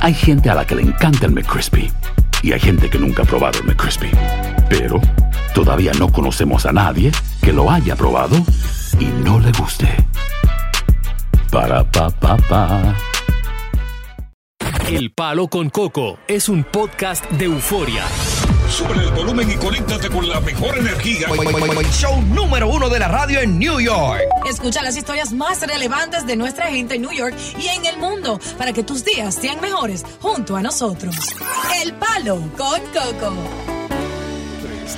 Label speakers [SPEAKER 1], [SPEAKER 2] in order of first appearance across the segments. [SPEAKER 1] Hay gente a la que le encanta el McCrispy y hay gente que nunca ha probado el McCrispy. Pero todavía no conocemos a nadie que lo haya probado y no le guste. Para pa pa pa.
[SPEAKER 2] El Palo con Coco es un podcast de euforia.
[SPEAKER 3] Sube el volumen y conéctate con la mejor energía.
[SPEAKER 4] Show número uno de la radio en New York.
[SPEAKER 5] Escucha las historias más relevantes de nuestra gente en New York y en el mundo para que tus días sean mejores junto a nosotros. El Palo con Coco.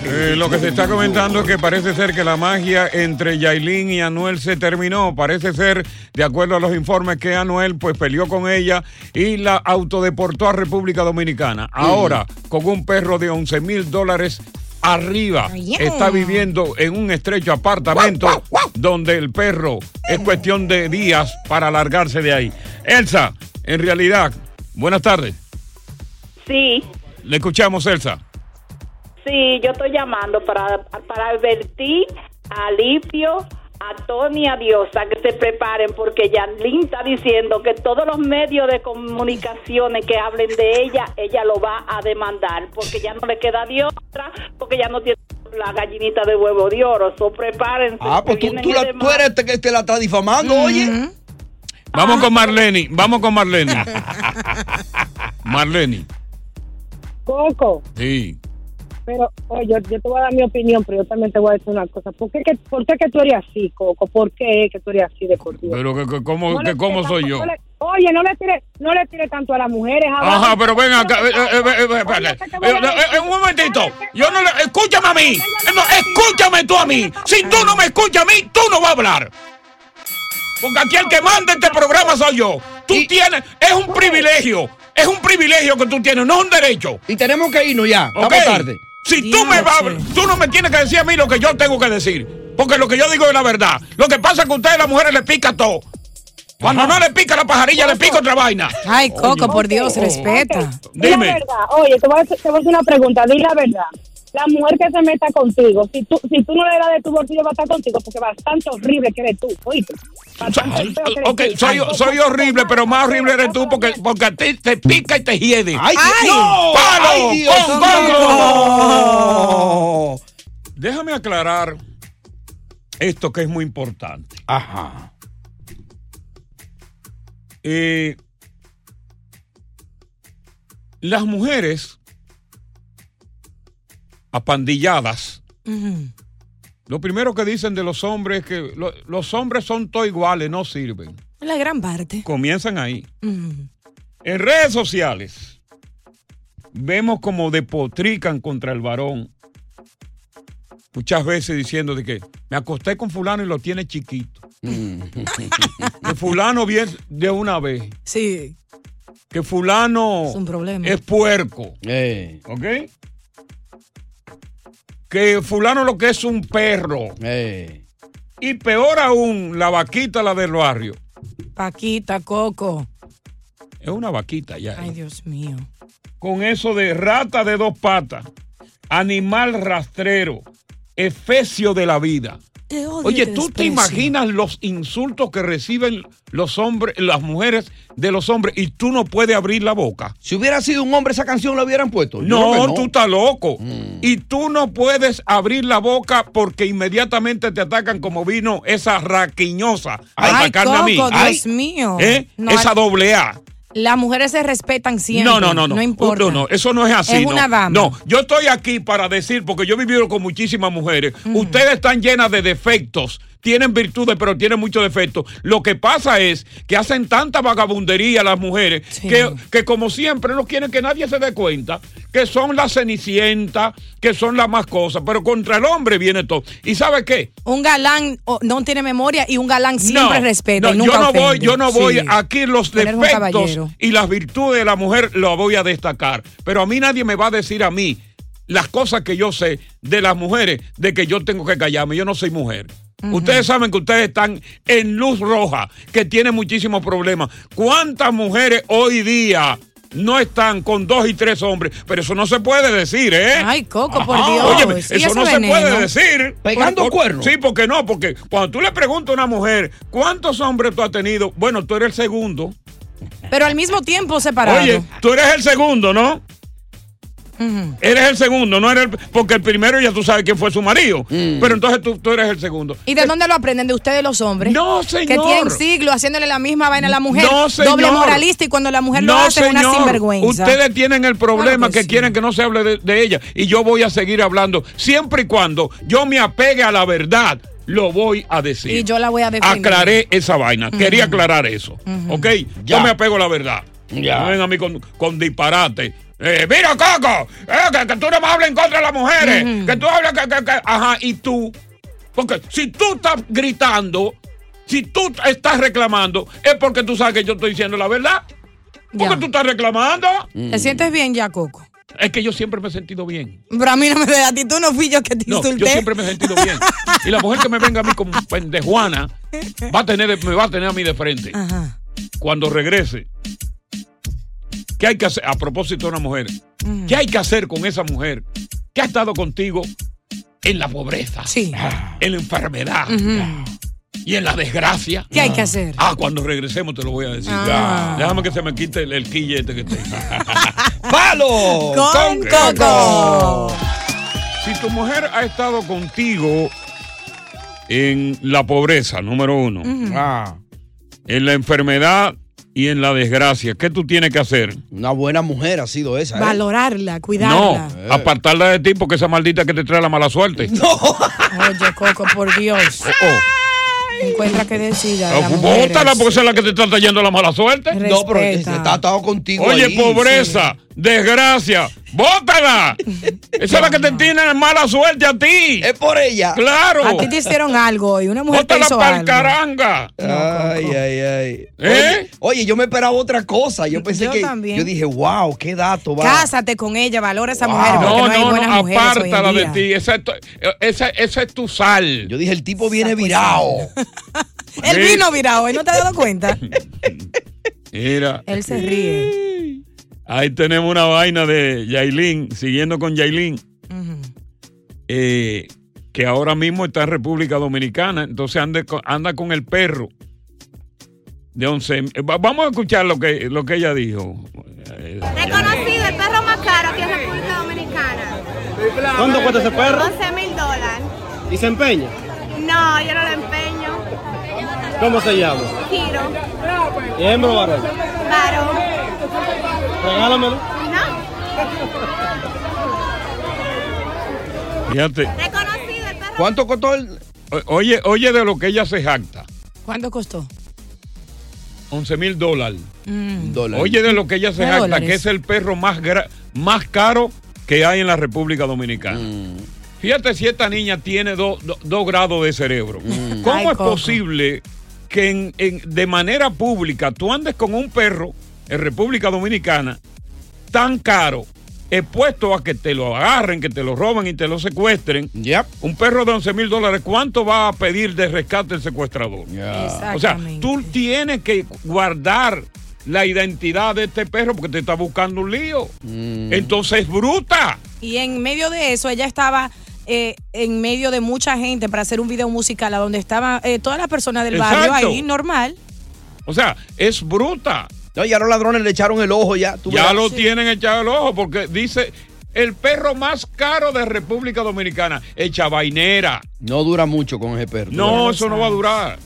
[SPEAKER 6] Eh, lo que se está comentando es que parece ser que la magia entre Yailin y Anuel se terminó. Parece ser, de acuerdo a los informes, que Anuel pues peleó con ella y la autodeportó a República Dominicana. Ahora, con un perro de 11 mil dólares arriba,
[SPEAKER 5] Yeah.
[SPEAKER 6] está viviendo en un estrecho apartamento donde el perro es cuestión de días para alargarse de ahí. Elsa, en realidad, buenas tardes.
[SPEAKER 7] Sí,
[SPEAKER 6] Le escuchamos, Elsa.
[SPEAKER 7] sí, yo estoy llamando para, para advertir a Lipio, a Tony, a Diosa que se preparen porque Yanlin está diciendo que todos los medios de comunicaciones que hablen de ella, ella lo va a demandar porque ya no le queda de otra, porque ya no tiene la gallinita de huevo de oro. So, prepárense.
[SPEAKER 4] Ah, pues
[SPEAKER 7] que
[SPEAKER 4] tú,
[SPEAKER 7] vienen
[SPEAKER 4] tú,
[SPEAKER 7] y
[SPEAKER 4] la,
[SPEAKER 7] demandan.
[SPEAKER 4] tú eres el que te la está difamando, oye.
[SPEAKER 6] Vamos
[SPEAKER 8] Ah.
[SPEAKER 6] con Marlene, vamos con Marlene. Marlene,
[SPEAKER 8] Coco,
[SPEAKER 6] sí.
[SPEAKER 8] pero oye, yo, yo te voy a dar mi opinión, pero yo también te voy a decir una cosa. ¿Por qué que, por qué que tú eres así, Coco? ¿Por qué que tú eres así de cordial?
[SPEAKER 6] Pero que, que- ¿cómo,
[SPEAKER 8] No le
[SPEAKER 6] que cómo
[SPEAKER 8] tires
[SPEAKER 6] soy
[SPEAKER 8] tanto-
[SPEAKER 6] yo?
[SPEAKER 8] no le- oye, no le tires no le tires tanto a las mujeres. abajo.
[SPEAKER 6] Ajá, pero ven acá. eh, eh, eh, eh, espérate.
[SPEAKER 8] Oye, ¿qué te voy a
[SPEAKER 6] Eh, eh,
[SPEAKER 8] decir?
[SPEAKER 6] eh, un momentito. Yo no le, escúchame a mí. Eh, no, escúchame tú a mí. Si tú no me escuchas a mí, tú no vas a hablar. Porque aquí el que manda este programa soy yo. Tú tienes, es un privilegio. Es un privilegio que tú tienes, no es un derecho.
[SPEAKER 4] Y tenemos que irnos ya.
[SPEAKER 6] ¿ok?
[SPEAKER 4] Estamos tarde.
[SPEAKER 6] Si tú me vas, a- tú no me tienes que decir a mí lo que yo tengo que decir. Porque lo que yo digo es la verdad. Lo que pasa es que a ustedes las mujeres les pica todo. Cuando no le pica la pajarilla, le pica otra vaina.
[SPEAKER 5] Ay, Coco, por Dios, respeta.
[SPEAKER 8] Di
[SPEAKER 6] Dime.
[SPEAKER 8] La verdad, oye, te voy, a, hacer- te voy a hacer una pregunta, di la verdad. La mujer que se meta contigo, si tú, si tú no le das de tu bolsillo, va a estar contigo porque bastante horrible que eres tú, oíste. Bastante feo que eres
[SPEAKER 6] Ok,
[SPEAKER 8] tú.
[SPEAKER 6] soy,
[SPEAKER 8] Ay,
[SPEAKER 6] soy
[SPEAKER 8] Coco,
[SPEAKER 6] horrible, pero más horrible eres tú porque, porque a ti te pica y te hiede.
[SPEAKER 4] ¡Ay, Dios!
[SPEAKER 6] ¡No! ¡Palo!
[SPEAKER 4] ¡Ay, Dios!
[SPEAKER 6] ¡Con
[SPEAKER 4] ¡No!
[SPEAKER 6] Déjame aclarar esto que es muy importante.
[SPEAKER 4] Ajá.
[SPEAKER 6] Eh, las mujeres apandilladas, lo primero que dicen de los hombres es que lo- los hombres son todos iguales, no sirven.
[SPEAKER 5] La gran parte.
[SPEAKER 6] Comienzan ahí.
[SPEAKER 5] Ujú.
[SPEAKER 6] En redes sociales vemos como depotrican contra el varón. Muchas veces diciendo de que me acosté con fulano y lo tiene chiquito. que fulano viene de una vez.
[SPEAKER 5] Sí,
[SPEAKER 6] Que fulano
[SPEAKER 5] es un problema.
[SPEAKER 6] es puerco,
[SPEAKER 4] Eh,
[SPEAKER 6] ¿ok? Que fulano lo que es un perro.
[SPEAKER 4] eh.
[SPEAKER 6] Y peor aún, la vaquita, la del barrio.
[SPEAKER 5] Paquita, Coco.
[SPEAKER 6] Es una vaquita ya. ¿eh?
[SPEAKER 5] Ay, Dios mío.
[SPEAKER 6] con eso de rata de dos patas, animal rastrero, efecio de la vida.
[SPEAKER 5] Te odio y
[SPEAKER 6] Oye, ¿tú te
[SPEAKER 5] desprecio.
[SPEAKER 6] imaginas los insultos que reciben los hombres, las mujeres de los hombres y tú no puedes abrir la boca?
[SPEAKER 4] Si hubiera sido un hombre, esa canción la hubieran puesto. Yo
[SPEAKER 6] No,
[SPEAKER 4] creo que Mm.
[SPEAKER 6] tú estás loco. Y tú no puedes abrir la boca porque inmediatamente te atacan como vino esa raquiñosa a
[SPEAKER 5] Ay,
[SPEAKER 6] atacarme
[SPEAKER 5] Coco,
[SPEAKER 6] a mí.
[SPEAKER 5] Dios
[SPEAKER 4] Ay.
[SPEAKER 5] mío.
[SPEAKER 6] ¿Eh?
[SPEAKER 5] No,
[SPEAKER 6] esa
[SPEAKER 5] al-
[SPEAKER 6] doble A.
[SPEAKER 5] Las mujeres se respetan siempre.
[SPEAKER 6] No, no, no, no.
[SPEAKER 5] No importa.
[SPEAKER 6] No, no, eso no es así.
[SPEAKER 5] Es
[SPEAKER 6] no.
[SPEAKER 5] una dama.
[SPEAKER 6] No, yo estoy aquí para decir, porque yo he vivido con muchísimas mujeres, ustedes están llenas de defectos. Tienen virtudes, pero tienen muchos defectos. Lo que pasa es que hacen tanta vagabundería las mujeres que, que como siempre, no quieren que nadie se dé cuenta que son las cenicientas, que son las más cosas. Pero contra el hombre viene todo. ¿Y sabe qué?
[SPEAKER 5] Un galán oh, no tiene memoria y un galán siempre
[SPEAKER 6] No,
[SPEAKER 5] respeta. y
[SPEAKER 6] no,
[SPEAKER 5] nunca
[SPEAKER 6] yo no
[SPEAKER 5] ofende.
[SPEAKER 6] voy, yo no voy.
[SPEAKER 5] Sí.
[SPEAKER 6] Aquí los
[SPEAKER 5] Tú eres un
[SPEAKER 6] defectos
[SPEAKER 5] caballero.
[SPEAKER 6] y las virtudes de la mujer lo voy a destacar. Pero a mí nadie me va a decir a mí las cosas que yo sé de las mujeres, de que yo tengo que callarme. Yo no soy mujer. Ustedes saben que ustedes están en luz roja, que tienen muchísimos problemas. ¿Cuántas mujeres hoy día no están con dos y tres hombres? Pero eso no se puede decir, ¿eh?
[SPEAKER 5] Ay, Coco, por
[SPEAKER 6] Ajá,
[SPEAKER 5] Dios.
[SPEAKER 6] óyeme,
[SPEAKER 5] Y
[SPEAKER 6] eso,
[SPEAKER 5] ese
[SPEAKER 6] no
[SPEAKER 5] veneno.
[SPEAKER 6] se puede decir.
[SPEAKER 4] Pegando
[SPEAKER 6] Por- por-
[SPEAKER 4] cuernos.
[SPEAKER 6] Sí, porque no, porque cuando tú le preguntas a una mujer cuántos hombres tú has tenido, bueno, tú eres el segundo.
[SPEAKER 5] Pero al mismo tiempo separado.
[SPEAKER 6] Oye, tú eres el segundo, ¿no?
[SPEAKER 5] Ujú.
[SPEAKER 6] Eres el segundo, no eres el, porque el primero ya tú sabes quién fue su marido.
[SPEAKER 4] Mm.
[SPEAKER 6] Pero entonces tú, tú eres el segundo.
[SPEAKER 5] ¿Y de dónde lo aprenden? ¿De ustedes los hombres?
[SPEAKER 6] No, señor.
[SPEAKER 5] Que tienen siglos haciéndole la misma vaina a la mujer.
[SPEAKER 6] No, señor.
[SPEAKER 5] Doble moralista y cuando la mujer lo hace es una
[SPEAKER 6] señor.
[SPEAKER 5] sinvergüenza.
[SPEAKER 6] Ustedes tienen el problema
[SPEAKER 5] Claro que
[SPEAKER 6] que,
[SPEAKER 5] sí.
[SPEAKER 6] quieren que no se hable de, de ella. Y yo voy a seguir hablando. Siempre y cuando yo me apegue a la verdad, lo voy a decir.
[SPEAKER 5] Y yo la voy a defender.
[SPEAKER 6] Aclaré esa vaina.
[SPEAKER 5] Ujú.
[SPEAKER 6] Quería aclarar eso.
[SPEAKER 5] Ujú.
[SPEAKER 6] ¿Ok?
[SPEAKER 5] Ya.
[SPEAKER 6] Yo me apego a la verdad.
[SPEAKER 4] Ya.
[SPEAKER 6] No vengan a mí con, con disparate. Eh, mira, Coco, eh, que, que tú no me hables en contra de las mujeres.
[SPEAKER 9] Ujú.
[SPEAKER 6] Que tú hablas que, que- que- Ajá, y tú. Porque si tú estás gritando, si tú estás reclamando, es porque tú sabes que yo estoy diciendo la verdad. Porque tú estás reclamando.
[SPEAKER 5] ¿Te sientes bien ya, Coco?
[SPEAKER 6] Es que yo siempre me he sentido bien.
[SPEAKER 5] Pero a mí no me da a ti, tú no fui yo que te
[SPEAKER 6] No, yo
[SPEAKER 5] insulté.
[SPEAKER 6] siempre me he sentido bien. Y la mujer que me venga a mí como pendejuana va a tener, me va a tener a mí de frente.
[SPEAKER 5] Ajá.
[SPEAKER 6] cuando regrese, ¿qué hay que hacer? A propósito de una mujer, ¿qué hay que hacer con esa mujer que ha estado contigo en la pobreza, en la enfermedad y en la desgracia?
[SPEAKER 5] ¿Qué hay que hacer?
[SPEAKER 6] Ah, cuando regresemos te lo voy a decir.
[SPEAKER 5] Ah.
[SPEAKER 6] Déjame que se me quite el, el quille este que tengo.
[SPEAKER 4] ¡Palo!
[SPEAKER 6] Con
[SPEAKER 5] Coco.
[SPEAKER 6] Si tu mujer ha estado contigo en la pobreza, número uno, Ah,
[SPEAKER 4] Ujú.
[SPEAKER 6] en la enfermedad y en la desgracia, ¿qué tú tienes que hacer?
[SPEAKER 4] Una buena mujer ha sido esa. ¿eh?
[SPEAKER 5] Valorarla,
[SPEAKER 6] No,
[SPEAKER 5] cuidarla.
[SPEAKER 6] apartarla de ti porque esa maldita que te trae la mala suerte. Oh,
[SPEAKER 5] Oye, Coco, por Dios. Encuentra que decida. la mujer.
[SPEAKER 6] Pues, Bótala porque esa es la que te está trayendo la mala suerte.
[SPEAKER 4] No, pero está atado contigo.
[SPEAKER 6] Oye,
[SPEAKER 4] ahí.
[SPEAKER 6] pobreza, desgracia, bótala. Esa es la que te tiene mala suerte a ti. Es
[SPEAKER 4] por ella.
[SPEAKER 6] Claro.
[SPEAKER 5] A ti te hicieron algo y una mujer te
[SPEAKER 6] Bótala
[SPEAKER 5] hizo
[SPEAKER 6] pa'l
[SPEAKER 5] algo.
[SPEAKER 6] caranga.
[SPEAKER 4] Ay, ay, ay. Oye, oye, yo me esperaba otra cosa. Yo pensé
[SPEAKER 5] Yo
[SPEAKER 4] que.
[SPEAKER 5] también.
[SPEAKER 4] Yo dije, wow, qué dato, va.
[SPEAKER 5] Cásate con ella, valora a esa mujer. Porque no,
[SPEAKER 6] No,
[SPEAKER 5] hay
[SPEAKER 6] no,
[SPEAKER 5] buenas
[SPEAKER 6] no,
[SPEAKER 5] mujeres hoy en
[SPEAKER 6] apártala de
[SPEAKER 5] día.
[SPEAKER 6] ti. Esa es, tu, esa, esa es tu sal. Yo
[SPEAKER 4] dije, el tipo viene virado.
[SPEAKER 5] Él
[SPEAKER 6] Sí.
[SPEAKER 5] vino virado, ¿y no te has dado cuenta?
[SPEAKER 6] Mira.
[SPEAKER 5] Él se ríe.
[SPEAKER 6] Ahí tenemos una vaina de Yailin, siguiendo con Yailin, eh, que ahora mismo está en República Dominicana, entonces anda, co- anda con el perro de 11. eh, va- Vamos a escuchar lo que, lo que ella dijo.
[SPEAKER 2] Reconocido el perro más caro aquí en República Dominicana.
[SPEAKER 10] ¿Cuánto cuesta ese perro?
[SPEAKER 2] 11 mil dólares.
[SPEAKER 10] ¿Y se empeña?
[SPEAKER 2] No, yo no lo empeño.
[SPEAKER 10] ¿Cómo se llama?
[SPEAKER 2] Tiro.
[SPEAKER 10] ¿Y hembra o varón?
[SPEAKER 2] Varón.
[SPEAKER 10] Regálamelo.
[SPEAKER 6] Fíjate.
[SPEAKER 4] ¿Cuánto costó el.?
[SPEAKER 6] Oye, oye de lo que ella se jacta:
[SPEAKER 5] ¿Cuánto costó?
[SPEAKER 6] 11 mil dólares.
[SPEAKER 5] Mm.
[SPEAKER 6] Oye de lo que ella se
[SPEAKER 5] De
[SPEAKER 6] jacta,
[SPEAKER 5] dólares.
[SPEAKER 6] que es el perro más, gra- más caro que hay en la República Dominicana.
[SPEAKER 4] Mm.
[SPEAKER 6] Fíjate si esta niña tiene do- do- dos grados de cerebro. ¿Cómo
[SPEAKER 9] Mm. Ay,
[SPEAKER 6] es
[SPEAKER 9] Coco.
[SPEAKER 6] posible que en- en- de manera pública tú andes con un perro en República Dominicana tan caro, expuesto a que te lo agarren, que te lo roben y te lo secuestren? Un perro de 11 mil dólares, ¿cuánto va a pedir de rescate el secuestrador? O sea,
[SPEAKER 9] Exactamente.
[SPEAKER 6] tú tienes que guardar la identidad de este perro porque te está buscando un lío.
[SPEAKER 9] Mm.
[SPEAKER 6] Entonces, bruta.
[SPEAKER 5] Y en medio de eso, ella estaba eh, en medio de mucha gente para hacer un video musical a donde estaban eh, todas las personas del barrio
[SPEAKER 6] Exacto.
[SPEAKER 5] ahí, normal.
[SPEAKER 6] O sea, es bruta.
[SPEAKER 4] No, ya los ladrones le echaron el ojo ya. tú
[SPEAKER 6] Ya
[SPEAKER 4] verás.
[SPEAKER 6] lo tienen echado el ojo porque dice el perro más caro de República Dominicana, hecha vainera.
[SPEAKER 4] No dura mucho con ese perro.
[SPEAKER 5] ah.
[SPEAKER 6] No, eso no va a durar.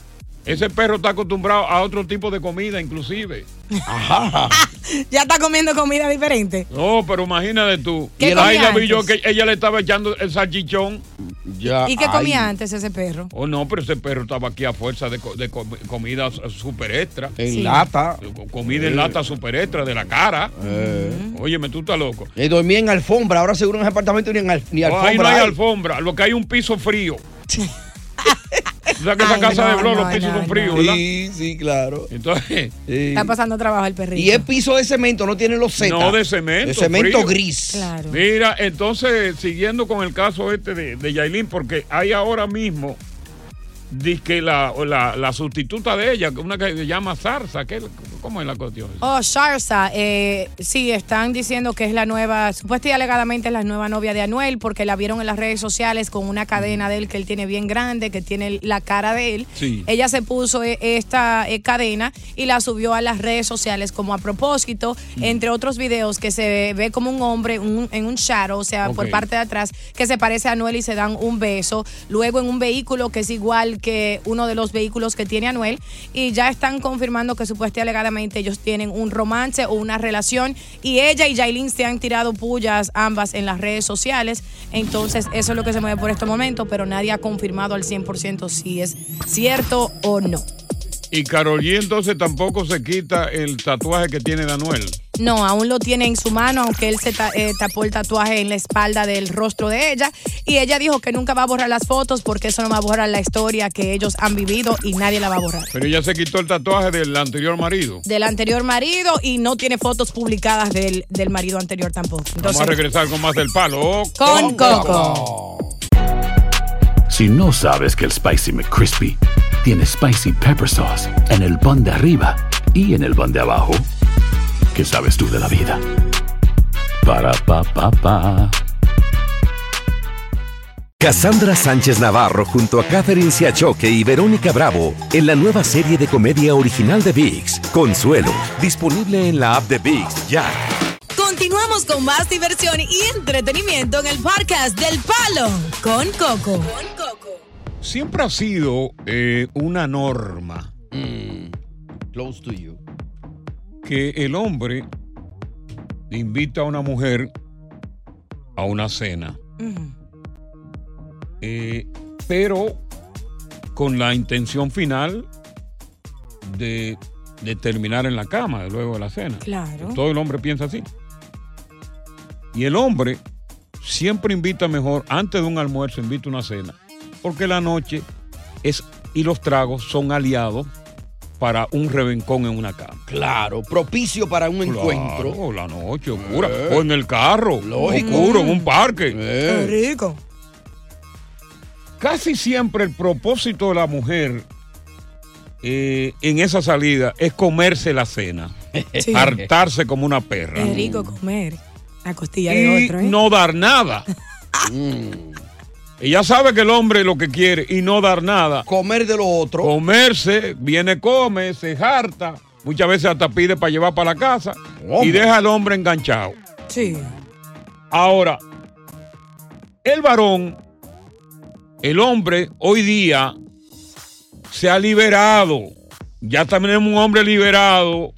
[SPEAKER 6] Ese perro está acostumbrado a otro tipo de comida, inclusive.
[SPEAKER 5] Ajá. ya está comiendo comida diferente.
[SPEAKER 6] No, pero imagínate tú.
[SPEAKER 5] ¿Qué
[SPEAKER 6] Y ahí
[SPEAKER 5] comía
[SPEAKER 6] la vi yo que
[SPEAKER 5] antes?
[SPEAKER 6] ella le estaba echando el salchichón. Ya,
[SPEAKER 5] ¿Y qué comía antes ese perro?
[SPEAKER 6] Oh, no, pero ese perro estaba aquí a fuerza de, co- de com- comida s- super extra.
[SPEAKER 5] En Sí. lata.
[SPEAKER 6] Co- Comida en
[SPEAKER 4] Eh.
[SPEAKER 6] lata super extra de la cara.
[SPEAKER 5] Eh.
[SPEAKER 6] Óyeme, tú estás loco.
[SPEAKER 4] Y Eh, dormí en alfombra, ahora seguro en ese apartamento ni, en al- ni
[SPEAKER 6] No,
[SPEAKER 4] alfombra.
[SPEAKER 6] Oh, ahí no hay
[SPEAKER 4] hay.
[SPEAKER 6] alfombra, lo que hay es un piso frío. O sea que esa
[SPEAKER 4] Ay,
[SPEAKER 6] casa de
[SPEAKER 4] no,
[SPEAKER 6] Bro,
[SPEAKER 4] no,
[SPEAKER 6] los pisos
[SPEAKER 4] no,
[SPEAKER 6] son
[SPEAKER 4] no.
[SPEAKER 6] fríos, ¿verdad?
[SPEAKER 4] Sí, sí, claro.
[SPEAKER 6] Entonces.
[SPEAKER 5] Está pasando trabajo el perrito.
[SPEAKER 4] Y es piso de cemento, no tiene los zetas.
[SPEAKER 6] No, de cemento.
[SPEAKER 4] De cemento
[SPEAKER 6] frío.
[SPEAKER 4] gris.
[SPEAKER 6] Mira, entonces, siguiendo con el caso este de, de Yailin, porque hay ahora mismo que la, o la, la sustituta de ella, una que se llama Zarza, ¿qué, ¿cómo es la cuestión?
[SPEAKER 5] Oh, Sharsa, eh, sí, están diciendo que es la nueva, supuesta y alegadamente es la nueva novia de Anuel, porque la vieron en las redes sociales con una cadena de él que él tiene bien grande, que tiene la cara de él.
[SPEAKER 9] Sí.
[SPEAKER 5] Ella se puso eh, esta eh, cadena y la subió a las redes sociales como a propósito,
[SPEAKER 9] Mm.
[SPEAKER 5] entre otros videos que se ve como un hombre un- en un shadow, o sea, por
[SPEAKER 9] Ok.
[SPEAKER 5] parte de atrás, que se parece a Anuel y se dan un beso. Luego en un vehículo que es igual que uno de los vehículos que tiene Anuel. Y ya están confirmando que supuestamente y alegadamente ellos tienen un romance o una relación. Y ella y Yailin se han tirado pullas ambas en las redes sociales. Entonces, eso es lo que se mueve por este momento, pero nadie ha confirmado al 100% si es cierto o no.
[SPEAKER 6] Y Carol G entonces tampoco se quita el tatuaje que tiene Danuel.
[SPEAKER 5] No, aún lo tiene en su mano, aunque él se ta- eh, tapó el tatuaje en la espalda del rostro de ella. Y ella dijo que nunca va a borrar las fotos porque eso no va a borrar la historia que ellos han vivido y nadie la va a borrar.
[SPEAKER 6] Pero ella se quitó el tatuaje del anterior marido.
[SPEAKER 5] Del anterior marido y no tiene fotos publicadas del, del marido anterior tampoco.
[SPEAKER 6] Vamos a
[SPEAKER 5] Entonces,
[SPEAKER 6] regresar con más del palo.
[SPEAKER 5] con Coco.
[SPEAKER 1] Si no sabes que el Spicy McCrispy tiene Spicy Pepper Sauce en el pan de arriba y en el pan de abajo, ¿qué sabes tú de la vida? Para, pa, pa, pa.
[SPEAKER 11] Cassandra Sánchez Navarro junto a Catherine Siachoque y Verónica Bravo en la nueva serie de comedia original de VIX, Consuelo, disponible en la app de VIX ya.
[SPEAKER 5] Continuamos con más diversión y entretenimiento en el podcast del Palo con Coco.
[SPEAKER 6] Siempre ha sido eh, una norma.
[SPEAKER 4] Mm. Close to you.
[SPEAKER 6] que el hombre invita a una mujer a una cena,
[SPEAKER 12] Mm.
[SPEAKER 6] eh, pero con la intención final de, de terminar en la cama luego de la cena.
[SPEAKER 5] Claro.
[SPEAKER 6] Todo el hombre piensa así. Y el hombre siempre invita mejor, antes de un almuerzo, invita una cena, porque la noche es y los tragos son aliados para un revencón en una cama.
[SPEAKER 4] Claro, propicio para un
[SPEAKER 6] Claro,
[SPEAKER 4] encuentro.
[SPEAKER 6] Oh, la noche oscura.
[SPEAKER 4] Eh.
[SPEAKER 6] O en el carro.
[SPEAKER 4] Lógico.
[SPEAKER 6] Oscuro, en un parque.
[SPEAKER 4] Eh.
[SPEAKER 5] Qué rico.
[SPEAKER 6] Casi siempre el propósito de la mujer eh, en esa salida es comerse la cena.
[SPEAKER 5] Sí.
[SPEAKER 6] Hartarse como una perra.
[SPEAKER 5] Qué rico comer la costilla de
[SPEAKER 6] Y
[SPEAKER 5] otro, ¿eh?
[SPEAKER 6] no dar nada. Ella sabe que el hombre lo que quiere y no dar nada.
[SPEAKER 4] Comer de lo otro.
[SPEAKER 6] Comerse, viene, come, se harta. Muchas veces hasta pide para llevar para la casa.
[SPEAKER 4] Hombre.
[SPEAKER 6] Y deja al hombre enganchado.
[SPEAKER 5] Sí.
[SPEAKER 6] Ahora, el varón, el hombre, hoy día se ha liberado. Ya también es un hombre liberado.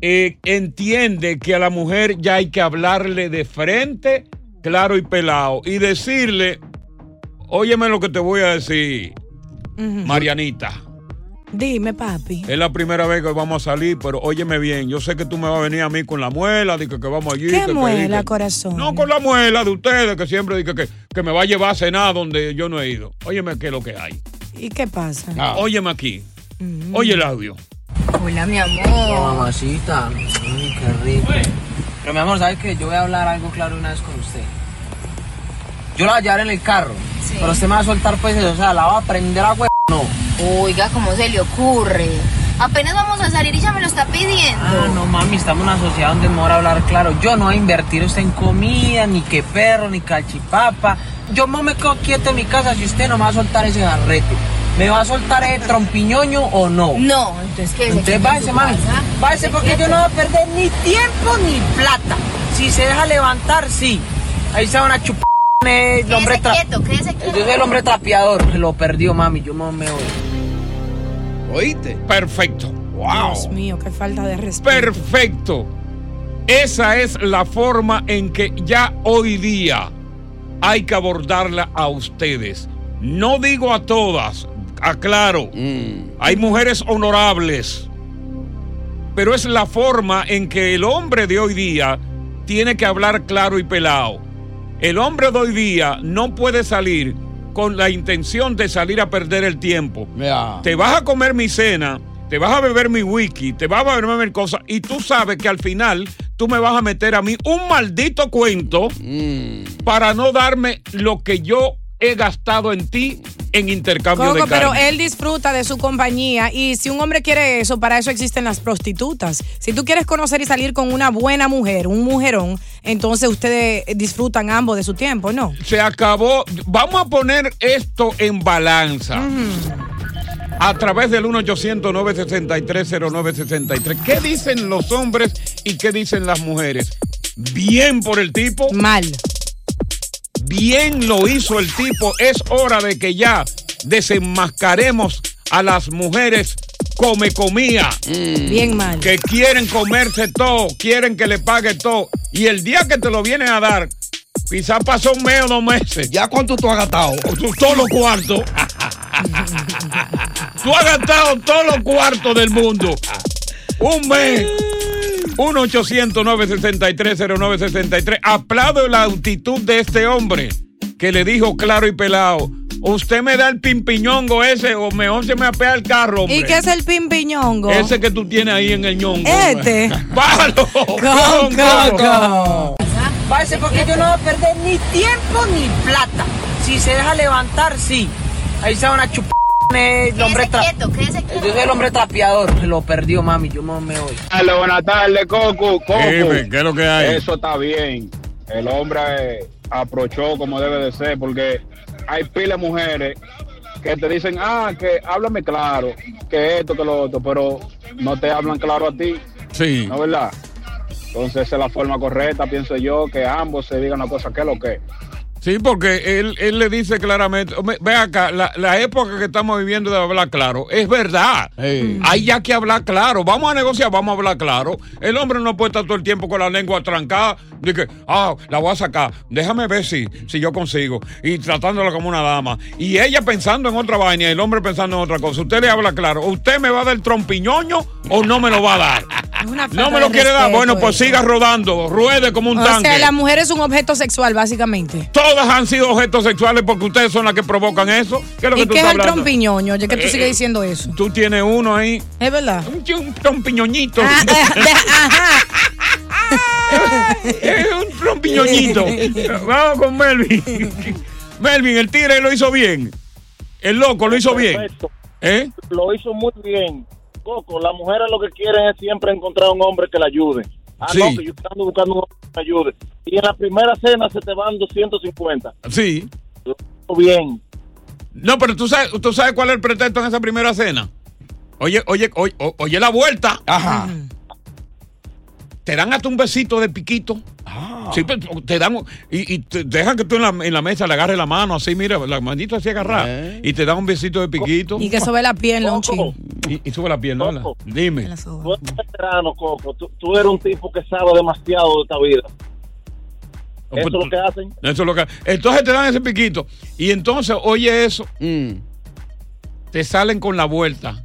[SPEAKER 6] Eh, entiende que a la mujer ya hay que hablarle de frente, claro y pelado. Y decirle, óyeme lo que te voy a decir,
[SPEAKER 5] Ujú.
[SPEAKER 6] Marianita.
[SPEAKER 5] Dime, papi.
[SPEAKER 6] Es la primera vez que vamos a salir, pero óyeme bien, yo sé que tú me vas a venir a mí con la muela, de que, que vamos allí. que-
[SPEAKER 5] ¿Qué
[SPEAKER 6] que-
[SPEAKER 5] muela,
[SPEAKER 6] que-
[SPEAKER 5] corazón?
[SPEAKER 6] no con la muela de ustedes que siempre dicen que, que me va a llevar a cenar donde yo no he ido. Óyeme qué es lo que hay.
[SPEAKER 5] ¿Y qué pasa?
[SPEAKER 6] Óyeme aquí.
[SPEAKER 5] Mm.
[SPEAKER 6] Oye el audio.
[SPEAKER 13] Hola, mi amor. mamacita. Ay, qué rico. Pero, mi amor, ¿sabes qué? Yo voy a hablar algo claro una vez con usted. Yo la voy a llevar en el carro. Pero usted me va a soltar pues, o sea, la va a prender a hue... No.
[SPEAKER 14] Oiga, ¿cómo se le ocurre? Apenas vamos a salir y ya me lo está pidiendo.
[SPEAKER 13] Ah, no, mami, estamos en una sociedad donde es mejor hablar claro. Yo no voy a invertir usted en comida, ni que perro, ni cachipapa. Yo no me quedo quieto en mi casa si usted no me va a soltar ese garrete. ¿Me va a soltar ese trompiñoño o no?
[SPEAKER 14] No, entonces ¿qué?
[SPEAKER 13] Entonces
[SPEAKER 14] quede en
[SPEAKER 13] váyase,
[SPEAKER 14] su
[SPEAKER 13] mami.
[SPEAKER 14] casa.
[SPEAKER 13] Váyase
[SPEAKER 14] Se
[SPEAKER 13] porque
[SPEAKER 14] quede.
[SPEAKER 13] yo no voy a perder ni tiempo ni plata. Si se deja levantar, sí. Ahí se van a chupar. eh, El hombre
[SPEAKER 14] Quédese
[SPEAKER 13] tra-
[SPEAKER 14] quieto, quédese
[SPEAKER 13] Yo soy
[SPEAKER 14] quieto.
[SPEAKER 13] el hombre trapeador. Lo perdió, mami. Yo no me voy.
[SPEAKER 4] ¿Oíste?
[SPEAKER 6] Perfecto. ¡Wow!
[SPEAKER 5] Dios mío, qué falta de respeto.
[SPEAKER 6] Perfecto. Esa es la forma en que ya hoy día hay que abordarla a ustedes. No digo a todas, aclaro. Hay mujeres honorables. Pero es la forma en que el hombre de hoy día tiene que hablar claro y pelado. El hombre de hoy día no puede salir con la intención de salir a perder el tiempo. Te vas a comer mi cena, te vas a beber mi wiki, te vas a beber mi cosa y tú sabes que al final tú me vas a meter a mí un maldito cuento para no darme lo que yo he gastado en ti en intercambio
[SPEAKER 5] Coco,
[SPEAKER 6] de carne.
[SPEAKER 5] pero él disfruta de su compañía y si un hombre quiere eso, para eso existen las prostitutas. Si tú quieres conocer y salir con una buena mujer, un mujerón, entonces ustedes disfrutan ambos de su tiempo, ¿no?
[SPEAKER 6] se acabó. Vamos a poner esto en balanza. A través del 1 800 963 ¿Qué dicen los hombres y qué dicen las mujeres? Bien por el tipo.
[SPEAKER 5] Mal.
[SPEAKER 6] Bien lo hizo el tipo. Es hora de que ya desenmascaremos a las mujeres come comía.
[SPEAKER 5] Mm. Bien mal.
[SPEAKER 6] Que quieren comerse todo, quieren que le pague todo. Y el día que te lo vienen a dar, quizás pasó un mes o dos meses.
[SPEAKER 4] ¿Ya cuánto tú has gastado?
[SPEAKER 6] Todos los cuartos. tú has gastado todos los cuartos del mundo. Un mes. 1-800-963-0963. Aplaudo la actitud de este hombre que le dijo claro y pelado. Usted me da el pimpiñongo ese o mejor se me apea el carro. Hombre.
[SPEAKER 5] ¿Y qué es el pimpiñongo?
[SPEAKER 6] Ese que tú tienes ahí en el ñongo.
[SPEAKER 5] Este.
[SPEAKER 6] ¡Bájalo!
[SPEAKER 5] Coco.
[SPEAKER 13] Parece porque yo no voy a perder ni tiempo ni plata. Si se deja levantar, sí. Ahí se van a chupar. eh, El hombre tra- Yo soy el hombre trapeador. Se lo perdió, mami. Yo no me voy.
[SPEAKER 9] Dale, buenas tardes, Coco. Coco.
[SPEAKER 6] Dime, ¿qué es lo que hay?
[SPEAKER 9] Eso está bien. El hombre eh, aprochó como debe de ser, porque hay pilas de mujeres que te dicen, ah, que háblame claro, que esto, que lo otro, pero no te hablan claro a ti.
[SPEAKER 6] Sí.
[SPEAKER 9] ¿No es verdad? Entonces esa es la forma correcta, pienso yo, que ambos se digan la cosa que es lo que. es.
[SPEAKER 6] Sí, porque él, él le dice claramente, "Hombre, ve acá, la, la época que estamos viviendo de hablar claro, es verdad. Mm. Hay ya que hablar claro. Vamos a negociar, vamos a hablar claro. El hombre no puede estar todo el tiempo con la lengua trancada. De que, ah, la voy a sacar. Déjame ver si, si yo consigo. Y tratándola como una dama. Y ella pensando en otra vaina y el hombre pensando en otra cosa. Usted le habla claro. ¿Usted me va a dar el trompiñoño o no me lo va a dar? No me lo quiere dar. Bueno, pues siga rodando. Ruede como un
[SPEAKER 5] O
[SPEAKER 6] tanque.
[SPEAKER 5] sea, la mujer es un objeto sexual, básicamente.
[SPEAKER 6] Todas han sido objetos sexuales porque ustedes son las que provocan eso. ¿Qué es lo que
[SPEAKER 5] ¿Y
[SPEAKER 6] tú
[SPEAKER 5] qué es
[SPEAKER 6] estás
[SPEAKER 5] el
[SPEAKER 6] hablando?
[SPEAKER 5] trompiñoño? Oye, que tú
[SPEAKER 6] Eh,
[SPEAKER 5] sigues
[SPEAKER 6] eh,
[SPEAKER 5] diciendo eso.
[SPEAKER 6] Tú tienes uno ahí.
[SPEAKER 5] Es verdad. Ah, eh,
[SPEAKER 6] Un, chi- un trompiñoñito. es un trompiñoñito. Vamos con Melvin. Melvin, el tigre lo hizo bien. El loco lo hizo bien.
[SPEAKER 15] Perfecto.
[SPEAKER 6] ¿Eh?
[SPEAKER 15] Lo hizo muy bien. Coco, las mujeres lo que quieren es siempre encontrar un hombre que la ayude. Ah,
[SPEAKER 6] Sí.
[SPEAKER 15] no, que yo ando buscando un hombre que me ayude. Y en la primera cena se te van 250.
[SPEAKER 6] Sí.
[SPEAKER 15] Bien.
[SPEAKER 6] No, pero tú sabes, tú sabes cuál es el pretexto en esa primera cena. Oye, oye, oye, o- oye la vuelta. Ajá. Te dan hasta un besito de piquito. Sí, pero te dan un- y, y te dejan que tú en la, en la mesa le agarres la mano así, mira, la manito así agarrada y te dan un besito de piquito
[SPEAKER 5] Y que sobre la piel, un ching.
[SPEAKER 6] y, y sube la pierna. hola. Dime.
[SPEAKER 15] Tú eres veterano, Coco. Tú, tú eres un tipo que sabe demasiado de esta vida.
[SPEAKER 6] Pues,
[SPEAKER 15] Eso es lo que hacen.
[SPEAKER 6] Eso es lo que. Entonces te dan ese piquito. Y entonces, oye eso.
[SPEAKER 4] Mm.
[SPEAKER 6] Te salen con la vuelta.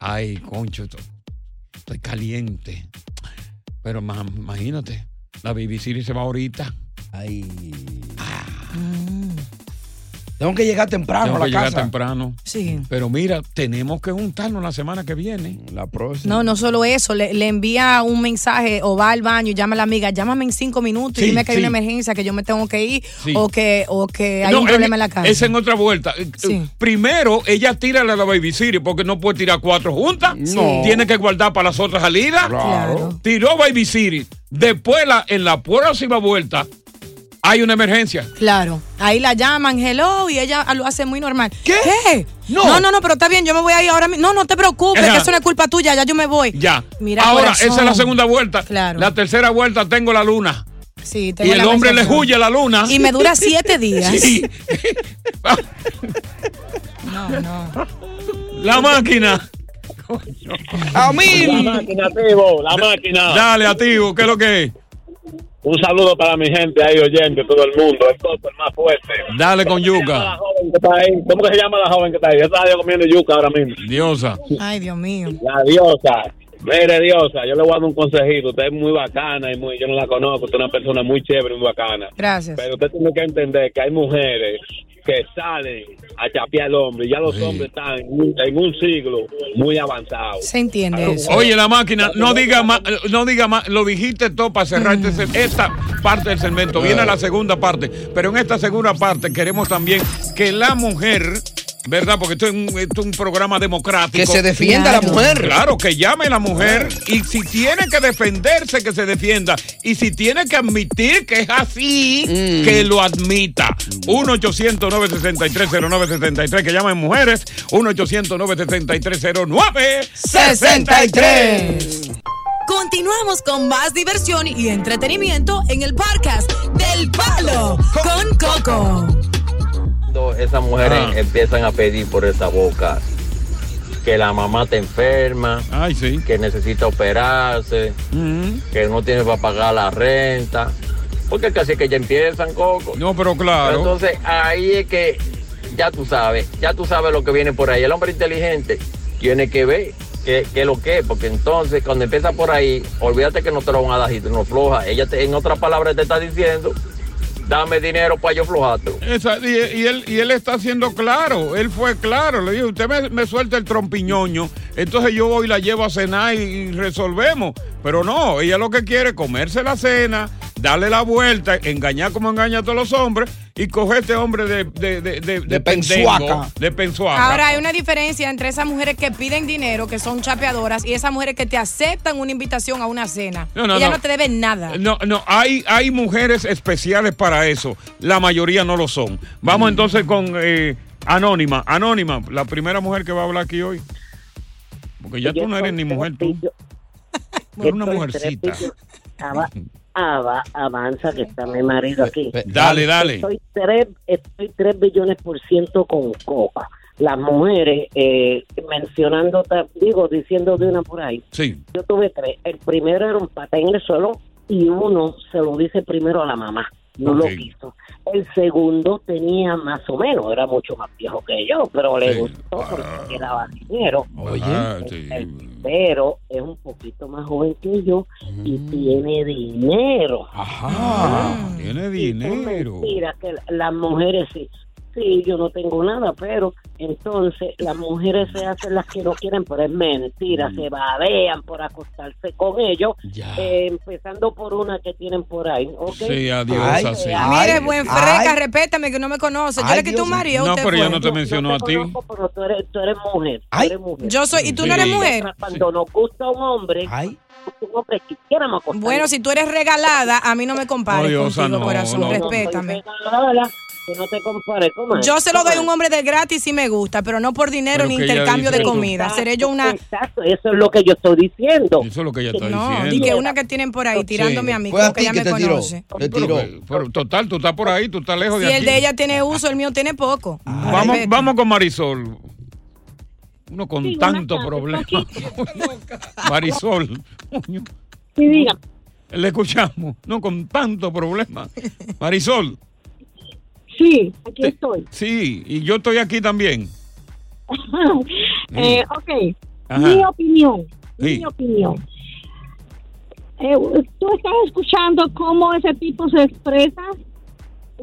[SPEAKER 6] Ay, concho, esto- estoy caliente. Pero ma- imagínate, la BBC se va ahorita. Ah.
[SPEAKER 4] Ay. Tengo que llegar temprano
[SPEAKER 6] Tengo
[SPEAKER 4] a la
[SPEAKER 6] que llegar
[SPEAKER 4] casa.
[SPEAKER 6] temprano.
[SPEAKER 5] Sí.
[SPEAKER 6] Pero mira, tenemos que juntarnos la semana que viene.
[SPEAKER 4] La próxima.
[SPEAKER 5] No, no solo eso, le, le envía un mensaje o va al baño y llama a la amiga, llámame en cinco minutos y
[SPEAKER 6] Sí,
[SPEAKER 5] dime que hay
[SPEAKER 6] sí.
[SPEAKER 5] una emergencia, que yo me tengo que ir
[SPEAKER 6] Sí.
[SPEAKER 5] o que o que Eh, hay
[SPEAKER 6] No,
[SPEAKER 5] un
[SPEAKER 6] es-
[SPEAKER 5] problema en la casa.
[SPEAKER 6] Es en e-, otra vuelta. Eh, eh, Primero, ella tira a la Baby City porque no puede tirar cuatro juntas.
[SPEAKER 4] No.
[SPEAKER 6] Tiene que guardar para las otras salidas.
[SPEAKER 4] Claro.
[SPEAKER 6] Tiró Baby City. Después, la- en la próxima vuelta, hay una emergencia.
[SPEAKER 5] Claro, ahí la llaman, hello, y ella lo hace muy normal. ¿Qué? No. no, no, pero está bien, yo me voy a ir ahora mismo. No, no te preocupes,
[SPEAKER 6] Ajá.
[SPEAKER 5] que eso no es culpa tuya, ya yo me voy.
[SPEAKER 6] Ya.
[SPEAKER 5] Mira,
[SPEAKER 6] Ahora,
[SPEAKER 5] corazón.
[SPEAKER 6] esa es la segunda vuelta.
[SPEAKER 5] Claro.
[SPEAKER 6] La tercera vuelta, tengo la luna.
[SPEAKER 5] Sí,
[SPEAKER 6] Y
[SPEAKER 5] tengo
[SPEAKER 6] el
[SPEAKER 5] la
[SPEAKER 6] hombre le
[SPEAKER 5] percepción.
[SPEAKER 6] huye a la luna.
[SPEAKER 5] Y me dura siete días.
[SPEAKER 6] Sí.
[SPEAKER 5] No, no.
[SPEAKER 6] La máquina.
[SPEAKER 15] A mí. La máquina, Tibo, la máquina.
[SPEAKER 6] Dale, activo, ¿qué es lo que es?
[SPEAKER 15] Un saludo para mi gente ahí oyente, todo el mundo, el copo, el más fuerte.
[SPEAKER 6] Dale con
[SPEAKER 15] ¿Cómo se
[SPEAKER 6] yuca.
[SPEAKER 15] llama la joven que está ahí? ¿Cómo que se llama la joven que está ahí? Yo estaba yo comiendo yuca ahora mismo.
[SPEAKER 6] Diosa.
[SPEAKER 5] Ay, Dios mío.
[SPEAKER 15] La diosa. Mire, diosa, yo le voy a dar un consejito. Usted es muy bacana y muy, yo no la conozco. Usted es una persona muy chévere y muy bacana.
[SPEAKER 5] Gracias.
[SPEAKER 15] Pero usted tiene que entender que hay mujeres que salen a chapear al hombre y ya los hombres están en un, en un siglo muy avanzado.
[SPEAKER 5] Se entiende eso.
[SPEAKER 6] Ah, Oye, la máquina, no diga más, no diga más, lo dijiste todo para cerrar este
[SPEAKER 5] Mm.
[SPEAKER 6] se- esta parte del segmento.
[SPEAKER 4] Ah.
[SPEAKER 6] Viene la segunda parte, pero en esta segunda parte queremos también que la mujer, ¿verdad? Porque esto es un, esto es un programa democrático.
[SPEAKER 4] Que se defienda la Claro. mujer.
[SPEAKER 6] Claro, que llame la mujer
[SPEAKER 5] Ah.
[SPEAKER 6] y si tiene que defenderse, que se defienda. Y si tiene que admitir que es así,
[SPEAKER 4] Mm.
[SPEAKER 6] que lo admita. 1-800-963-0963, que llamen mujeres. 1-800-963-0963.
[SPEAKER 16] Continuamos con más diversión y entretenimiento en el podcast del Palo con Coco.
[SPEAKER 17] Cuando esas mujeres
[SPEAKER 6] Ah.
[SPEAKER 17] empiezan a pedir por esa boca que la mamá está enferma, que necesita operarse, que no tiene para pagar la renta, porque casi que ya empiezan, Coco.
[SPEAKER 6] No, pero claro.
[SPEAKER 17] entonces ahí es que ya tú sabes, ya tú sabes lo que viene por ahí. El hombre inteligente tiene que ver qué qué es lo que es, porque entonces cuando empieza por ahí, olvídate que no te lo van a dar y tú no floja. Ella te- en otras palabras te está diciendo, dame dinero para yo flojarte.
[SPEAKER 6] Esa- y, y él, y él está siendo claro, él fue claro, le dijo, usted me, me suelta el trompiñoño, entonces yo voy y la llevo a cenar y, y resolvemos. Pero no, ella lo que quiere es comerse la cena, darle la vuelta, engañar como engaña a todos los hombres y coger este hombre de, de, de, de, de
[SPEAKER 4] pensuaca.
[SPEAKER 6] pendengo, De pensuaca.
[SPEAKER 5] Ahora hay una diferencia entre esas mujeres que piden dinero, que son chapeadoras, y esas mujeres que te aceptan una invitación a una cena.
[SPEAKER 6] No, no,
[SPEAKER 5] Ellas
[SPEAKER 6] no.
[SPEAKER 5] no. te deben nada.
[SPEAKER 6] Eh, No, no, hay, hay mujeres especiales para eso. La mayoría no lo son. Vamos entonces con eh, Anónima. Anónima, la primera mujer que va a hablar aquí hoy. Porque ya
[SPEAKER 12] Yo
[SPEAKER 6] tú no eres ni mujer, tú. Tú eres una
[SPEAKER 12] Estoy
[SPEAKER 6] mujercita.
[SPEAKER 12] tres pillos. Ava- ava- avanza, que está mi marido aquí.
[SPEAKER 6] dale, dale.
[SPEAKER 12] Estoy tres, estoy tres billones por ciento con coca. Las mujeres, eh, mencionando, ta- digo, diciendo de una por ahí.
[SPEAKER 6] Sí.
[SPEAKER 12] Yo tuve tres. El primero era un pata en el suelo y uno se lo dice primero a la mamá. No
[SPEAKER 18] Ok.
[SPEAKER 12] lo quiso. El segundo tenía más o menos, era mucho más viejo que yo, pero le
[SPEAKER 18] Sí.
[SPEAKER 12] gustó porque era vacinero.
[SPEAKER 18] Ah,
[SPEAKER 12] El- el pero es un poquito más joven que yo y tiene dinero.
[SPEAKER 6] Mm.
[SPEAKER 12] Ah.
[SPEAKER 6] Ajá, tiene dinero.
[SPEAKER 12] Mira que la- las mujeres sí. Sí, yo no tengo nada, pero entonces las mujeres se hacen las que no quieren, pero es
[SPEAKER 6] Mm.
[SPEAKER 12] mentira, se babean por acostarse con ellos, eh, empezando por una que tienen por ahí. ¿ok?
[SPEAKER 6] Sí, adiós,
[SPEAKER 12] Ay,
[SPEAKER 6] así.
[SPEAKER 12] ay,
[SPEAKER 5] Mire, buen
[SPEAKER 12] ay.
[SPEAKER 5] freca, respétame que no me conoce. Yo
[SPEAKER 6] Ay,
[SPEAKER 5] le quité un
[SPEAKER 6] Dios.
[SPEAKER 5] marido.
[SPEAKER 6] No,
[SPEAKER 5] usted
[SPEAKER 6] pero
[SPEAKER 5] fue.
[SPEAKER 6] ella no te mencionó a ti.
[SPEAKER 12] Pero tú eres, tú eres mujer, tú eres mujer.
[SPEAKER 5] Yo soy- ¿y tú no eres Sí. mujer?
[SPEAKER 12] Cuando nos gusta un hombre, un hombre quisiéramos acostarnos.
[SPEAKER 5] Bueno, si tú eres regalada, a mí no me compares
[SPEAKER 12] Ay, Dios,
[SPEAKER 5] contigo,
[SPEAKER 12] ah, no,
[SPEAKER 5] corazón.
[SPEAKER 12] no.
[SPEAKER 5] respétame.
[SPEAKER 12] Ahora, que no te compares, comadre.
[SPEAKER 5] Yo se lo doy a un
[SPEAKER 12] Comadre.
[SPEAKER 5] hombre de gratis si me gusta, pero no por dinero
[SPEAKER 12] Pero
[SPEAKER 5] ni
[SPEAKER 12] que ella
[SPEAKER 5] intercambio
[SPEAKER 12] dice
[SPEAKER 5] de
[SPEAKER 12] eso.
[SPEAKER 5] comida. Seré yo una...
[SPEAKER 12] Exacto, eso es lo que yo estoy diciendo.
[SPEAKER 6] Eso es lo que ella está
[SPEAKER 5] No, di
[SPEAKER 6] diciendo.
[SPEAKER 5] que una que tienen por ahí tirándome a mí,
[SPEAKER 6] Fue
[SPEAKER 5] como
[SPEAKER 6] a
[SPEAKER 5] que
[SPEAKER 6] ti
[SPEAKER 5] ella
[SPEAKER 6] que
[SPEAKER 5] me
[SPEAKER 6] te tiró.
[SPEAKER 5] conoce.
[SPEAKER 6] Te tiró. Pero, total, tú estás por ahí, tú estás lejos
[SPEAKER 5] Si
[SPEAKER 6] de aquí. Ah.
[SPEAKER 5] el de ella tiene uso, el mío tiene poco.
[SPEAKER 6] Vamos, vamos con Marisol. Uno con
[SPEAKER 12] Sí, buenas
[SPEAKER 6] tanto
[SPEAKER 12] tardes,
[SPEAKER 6] problema. Marisol.
[SPEAKER 12] Sí, diga.
[SPEAKER 6] Le escuchamos. No con tanto problema. Marisol.
[SPEAKER 12] Sí, aquí
[SPEAKER 6] estoy. Sí, y yo estoy aquí también.
[SPEAKER 12] Eh,
[SPEAKER 19] ok,
[SPEAKER 6] Ajá.
[SPEAKER 19] mi opinión,
[SPEAKER 6] Sí.
[SPEAKER 19] mi opinión. Eh, Tú estás escuchando cómo ese tipo se expresa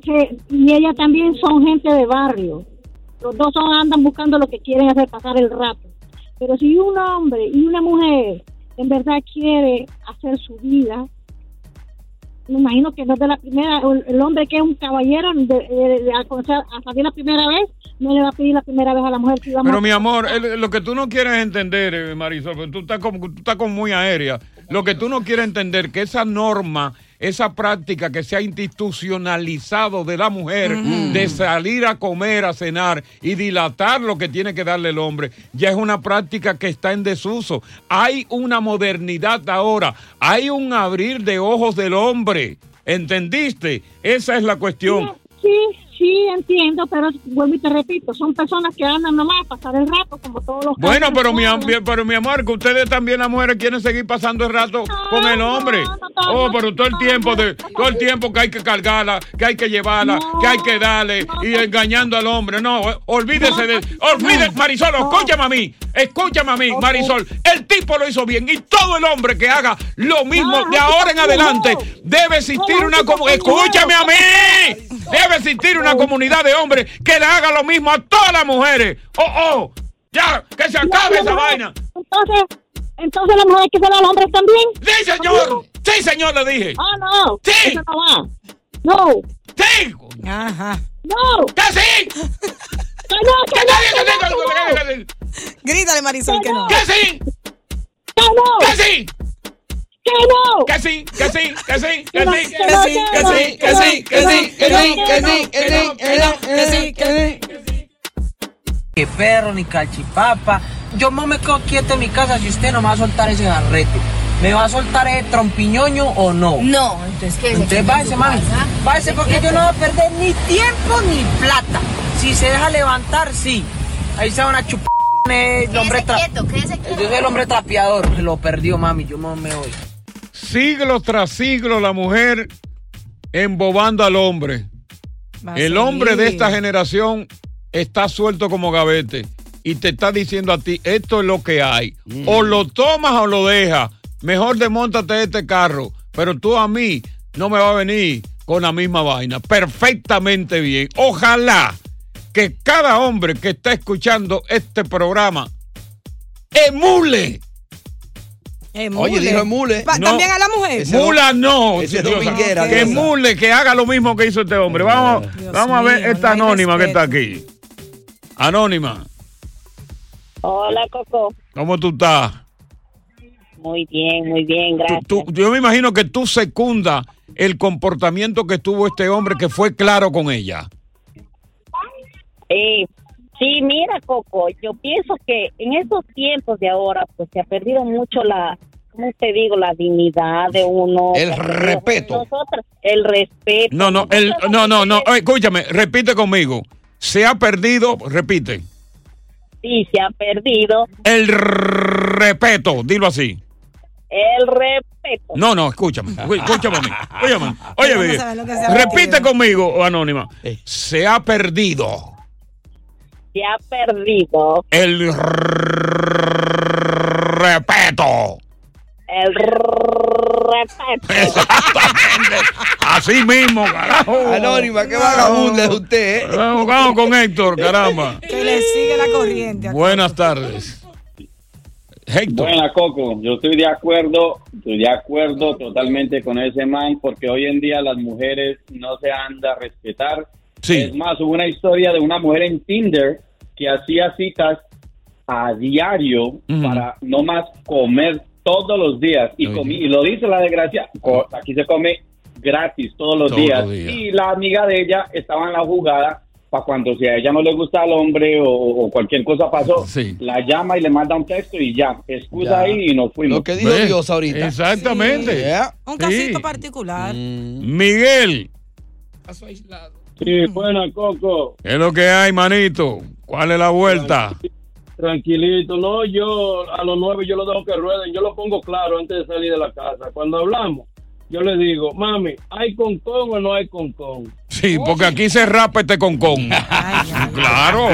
[SPEAKER 19] se- y ella también son gente de barrio. Los dos son- andan buscando lo que quieren hacer pasar el rato. Pero si un hombre y una mujer en verdad quiere hacer su vida, me imagino que no es de la primera, el- el hombre que es un caballero, de, de- de- al conocer- a salir la primera vez, no le va a pedir la primera vez a la mujer que iba a
[SPEAKER 6] Pero mi amor, el- lo que tú no quieres entender, eh, Marisol, porque tú estás como tú estás como muy aérea. Lo que tú no quieres entender que esa norma, esa práctica que se ha institucionalizado de la mujer Mm. de salir a comer, a cenar y dilatar lo que tiene que darle el hombre, ya es una práctica que está en desuso. Hay una modernidad ahora, hay un abrir de ojos del hombre. ¿Entendiste? Esa es la cuestión.
[SPEAKER 19] Sí, sí, sí entiendo, pero vuelvo y te repito, son personas que andan nomás a pasar el rato, como todos los
[SPEAKER 6] Bueno,
[SPEAKER 19] casos.
[SPEAKER 6] pero mi, am- pero mi amor, que ustedes también las mujeres quieren seguir pasando el rato con el hombre. Oh, pero todo el tiempo de, todo el tiempo que hay que cargarla, que hay que llevarla, que hay que darle y engañando al hombre. No, eh, olvídese de, olvídese, Marisol, escúchame a mí, escúchame a mí, Marisol. El tipo lo hizo bien y todo el hombre que haga lo mismo de ahora en adelante debe existir una comunidad. Escúchame a mí. Debe existir una comunidad de hombres que le haga lo mismo a todas las mujeres. Oh, oh. ¡Ya! ¡Que se acabe
[SPEAKER 19] Ya,
[SPEAKER 6] esa
[SPEAKER 19] ya,
[SPEAKER 6] vaina!
[SPEAKER 19] Entonces, entonces la mujer hay que ser al hombre también.
[SPEAKER 6] ¡Sí, señor! ¡Sí, señor! Le dije.
[SPEAKER 19] Ah, no.
[SPEAKER 6] ¡Sí!
[SPEAKER 19] Eso no va. No.
[SPEAKER 6] ¡Sí!
[SPEAKER 5] Ajá.
[SPEAKER 19] No.
[SPEAKER 6] ¡Que sí!
[SPEAKER 19] Que no, que no, que no, que no.
[SPEAKER 5] Grítale, Marisol, que no.
[SPEAKER 6] ¡Que sí!
[SPEAKER 19] ¡Que no!
[SPEAKER 6] ¡Que sí!
[SPEAKER 19] ¡Que no!
[SPEAKER 6] ¡Que sí! ¡Que sí! ¡Que sí! ¡Que
[SPEAKER 4] Que no,
[SPEAKER 6] sí!
[SPEAKER 4] que no, que no, que sí, que sí, que sí, que sí, que sí, que no, que sí,
[SPEAKER 19] que
[SPEAKER 13] Que perro, ni calchipapa. Yo no me quedo quieto en mi casa si usted no me va a soltar ese garrete. ¿Me va a soltar ese trompiñoño o no?
[SPEAKER 14] No, entonces ¿qué? ¿Ah?
[SPEAKER 13] Entonces váyase, mami. Váyase porque yo no voy a perder ni tiempo ni plata. Si se deja levantar, sí. Ahí se van a chupar. eh, El hombre tra- Yo soy el hombre trapeador. Se Lo perdió, mami. Yo no me voy.
[SPEAKER 6] Siglo tras siglo la mujer embobando al hombre. El hombre de esta generación está suelto como gavete y te está diciendo a ti, esto es lo que hay. O lo tomas o lo dejas. Mejor desmontate de este carro. Pero tú a mí no me va a venir con la misma vaina. Perfectamente bien. Ojalá que cada hombre que está escuchando este programa emule.
[SPEAKER 4] Oye, dijo emule.
[SPEAKER 5] Pa- Eh, ¿También a la mujer?
[SPEAKER 6] Mula no.
[SPEAKER 4] Ese es
[SPEAKER 6] Diosa.
[SPEAKER 4] dominguera,
[SPEAKER 6] que
[SPEAKER 4] Diosa.
[SPEAKER 6] mule, que haga lo mismo que hizo este hombre. Vamos, vamos a ver
[SPEAKER 7] mío,
[SPEAKER 6] esta
[SPEAKER 7] no hay
[SPEAKER 6] anónima que está
[SPEAKER 7] respeto.
[SPEAKER 6] aquí. Anónima,
[SPEAKER 7] Hola, Coco.
[SPEAKER 6] ¿cómo tú estás?
[SPEAKER 7] Muy bien, muy bien, gracias.
[SPEAKER 6] Tú- yo me imagino que tú secundas el comportamiento que tuvo este hombre que fue claro con ella.
[SPEAKER 7] Eh, sí, mira, Coco, yo pienso que en estos tiempos de ahora, pues se ha perdido mucho la, ¿cómo te digo? La dignidad de uno. Se
[SPEAKER 6] El
[SPEAKER 7] ha perdido
[SPEAKER 6] respeto.
[SPEAKER 7] nosotras, el respeto.
[SPEAKER 6] No, no, el, no, no, no. Oye, Escúchame, repite conmigo. Se ha perdido, repite,
[SPEAKER 7] Sí, se ha perdido
[SPEAKER 6] el respeto, dilo así.
[SPEAKER 7] el respeto.
[SPEAKER 6] No, no, escúchame, escúchame a mí, escúchame. Oye,
[SPEAKER 7] Vamos a
[SPEAKER 6] bien,
[SPEAKER 7] ver lo que se ha
[SPEAKER 6] repite conmigo, oh, Anónima.
[SPEAKER 4] Eh.
[SPEAKER 6] Se ha perdido
[SPEAKER 7] Se ha perdido
[SPEAKER 6] el respeto.
[SPEAKER 7] el respeto.
[SPEAKER 6] Así mismo, carajo.
[SPEAKER 4] Anónima, qué vagabunda es
[SPEAKER 6] usted, ¿eh? Vamos, vamos con Héctor, caramba.
[SPEAKER 5] Que le sigue la corriente.
[SPEAKER 6] Buenas tardes. Héctor.
[SPEAKER 20] Buena, Coco. Yo estoy de acuerdo, estoy de acuerdo totalmente con ese man, porque hoy en día las mujeres no se anda a respetar. Es más, hubo una historia de una mujer en Tinder que hacía citas a diario para no más comer todos los días. Y, comí, y lo dice la desgracia, co- aquí se come gratis todos los
[SPEAKER 21] Todos
[SPEAKER 20] días.
[SPEAKER 21] los días.
[SPEAKER 20] Y la amiga de ella estaba en la jugada para cuando si a ella no le gusta al hombre o, o cualquier cosa pasó, la llama y le manda un texto y ya, excusa
[SPEAKER 4] Ya.
[SPEAKER 20] ahí y nos fuimos.
[SPEAKER 4] Lo que dijo
[SPEAKER 20] ¿Ves?
[SPEAKER 4] Dios ahorita.
[SPEAKER 6] Exactamente.
[SPEAKER 5] Un
[SPEAKER 6] Sí. Mm.
[SPEAKER 5] casito particular.
[SPEAKER 6] Miguel,
[SPEAKER 5] Caso aislado.
[SPEAKER 21] Sí, buena, Coco.
[SPEAKER 6] ¿qué es lo que hay, manito? ¿Cuál es la vuelta?
[SPEAKER 21] Tranquilito. No, yo a los nueve yo lo dejo que rueden. Yo lo pongo claro antes de salir de la casa. Cuando hablamos, yo le digo, mami, ¿hay concón o no hay concón?
[SPEAKER 6] Sí, porque aquí se rapa este concón. Claro.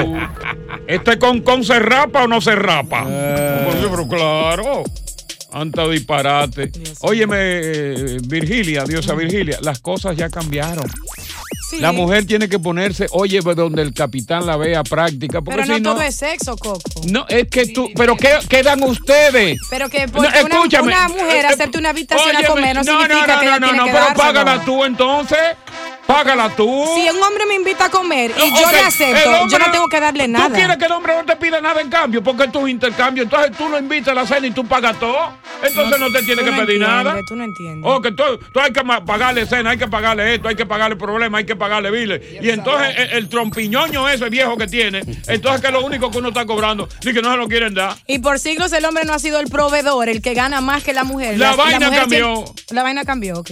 [SPEAKER 6] ¿Este concón se rapa o no se rapa?
[SPEAKER 5] Eh.
[SPEAKER 6] Pues, Pero claro. Anta disparate. Óyeme, eh, Virgilia, diosa Virgilia, las cosas ya cambiaron. La mujer tiene que ponerse, oye, pues, donde el capitán la vea práctica. Porque
[SPEAKER 5] Pero no,
[SPEAKER 6] si no,
[SPEAKER 5] todo es sexo, Coco.
[SPEAKER 6] no, es que tú, pero ¿qué quedan ustedes?
[SPEAKER 5] Pero que Eh, porque
[SPEAKER 6] No,
[SPEAKER 5] una,
[SPEAKER 6] escúchame. Eh,
[SPEAKER 5] una mujer acepte una habitación a
[SPEAKER 6] Óyeme,
[SPEAKER 5] comer no, significa que ella tiene que
[SPEAKER 6] pero
[SPEAKER 5] dárselo.
[SPEAKER 6] págala tú entonces. Págala tú.
[SPEAKER 5] Si un hombre me invita a comer y
[SPEAKER 6] No,
[SPEAKER 5] yo
[SPEAKER 6] ok,
[SPEAKER 5] le
[SPEAKER 6] el
[SPEAKER 5] acepto,
[SPEAKER 6] hombre-
[SPEAKER 5] yo no tengo que darle nada.
[SPEAKER 6] Tú quieres que el hombre no te pida nada en cambio, porque tú es intercambio. Entonces tú lo invitas a la cena y tú pagas todo. Entonces no, te tienes
[SPEAKER 5] Tú
[SPEAKER 6] que
[SPEAKER 5] no
[SPEAKER 6] pedir
[SPEAKER 5] entiendes,
[SPEAKER 6] nada.
[SPEAKER 5] Tú no entiendes.
[SPEAKER 6] O que tú, tú hay que ma- pagarle cena, hay que pagarle esto, hay que pagarle problema, hay que pagarle biles. Y entonces el, el trompiñoño ese viejo que tiene, entonces que es lo único que uno está cobrando, ni que no se lo quieren dar.
[SPEAKER 5] Y por siglos el hombre no ha sido el proveedor, el que gana más que la mujer.
[SPEAKER 6] La vaina
[SPEAKER 5] mujer
[SPEAKER 6] cambió.
[SPEAKER 5] tiene- la vaina cambió, ok.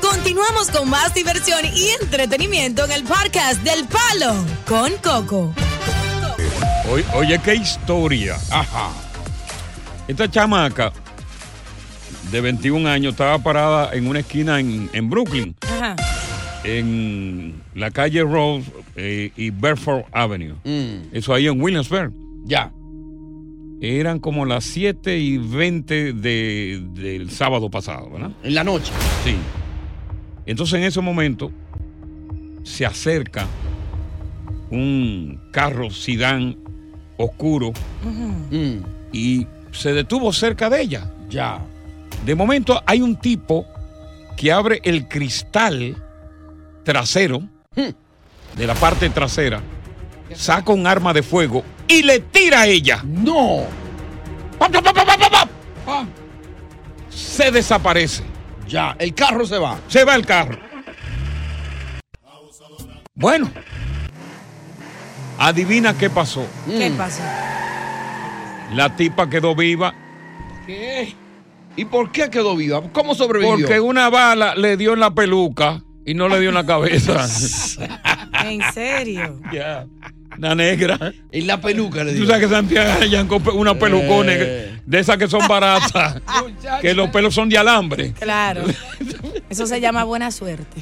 [SPEAKER 16] Continuamos con más diversión y entretenimiento en el podcast del Palo con Coco.
[SPEAKER 6] Oye, oye, qué historia. Ajá. Esta chamaca de 21 años estaba parada en una esquina en, en Brooklyn,
[SPEAKER 5] Ajá.
[SPEAKER 6] en la calle Rose eh, y Bedford Avenue. Eso ahí en Williamsburg.
[SPEAKER 4] Mm. Ya.
[SPEAKER 6] Eran como las 7 y 20 de- del sábado pasado, ¿verdad?
[SPEAKER 4] En la noche.
[SPEAKER 6] Sí. Entonces en ese momento se acerca un carro sedán oscuro
[SPEAKER 22] Mm-hmm.
[SPEAKER 6] y se detuvo cerca de ella.
[SPEAKER 4] Ya.
[SPEAKER 6] De momento hay un tipo que abre el cristal trasero de la parte trasera, saca un arma de fuego y le tira a ella.
[SPEAKER 4] ¡No!
[SPEAKER 6] Se desaparece.
[SPEAKER 4] Ya, el carro se va.
[SPEAKER 6] Se va el carro. Bueno, adivina qué pasó.
[SPEAKER 5] ¿Qué pasó?
[SPEAKER 6] La tipa quedó viva
[SPEAKER 4] ¿Qué? ¿Y por qué quedó viva? ¿Cómo sobrevivió?
[SPEAKER 6] porque una bala le dio en la peluca y no le dio en la cabeza.
[SPEAKER 5] ¿En serio?
[SPEAKER 6] Ya. La negra.
[SPEAKER 4] En la peluca le dio. Eh.
[SPEAKER 6] Tú sabes que Santiago arrancó pe- una pelucona de esas que son baratas, que los pelos son de alambre.
[SPEAKER 5] Claro. Eso se llama buena suerte.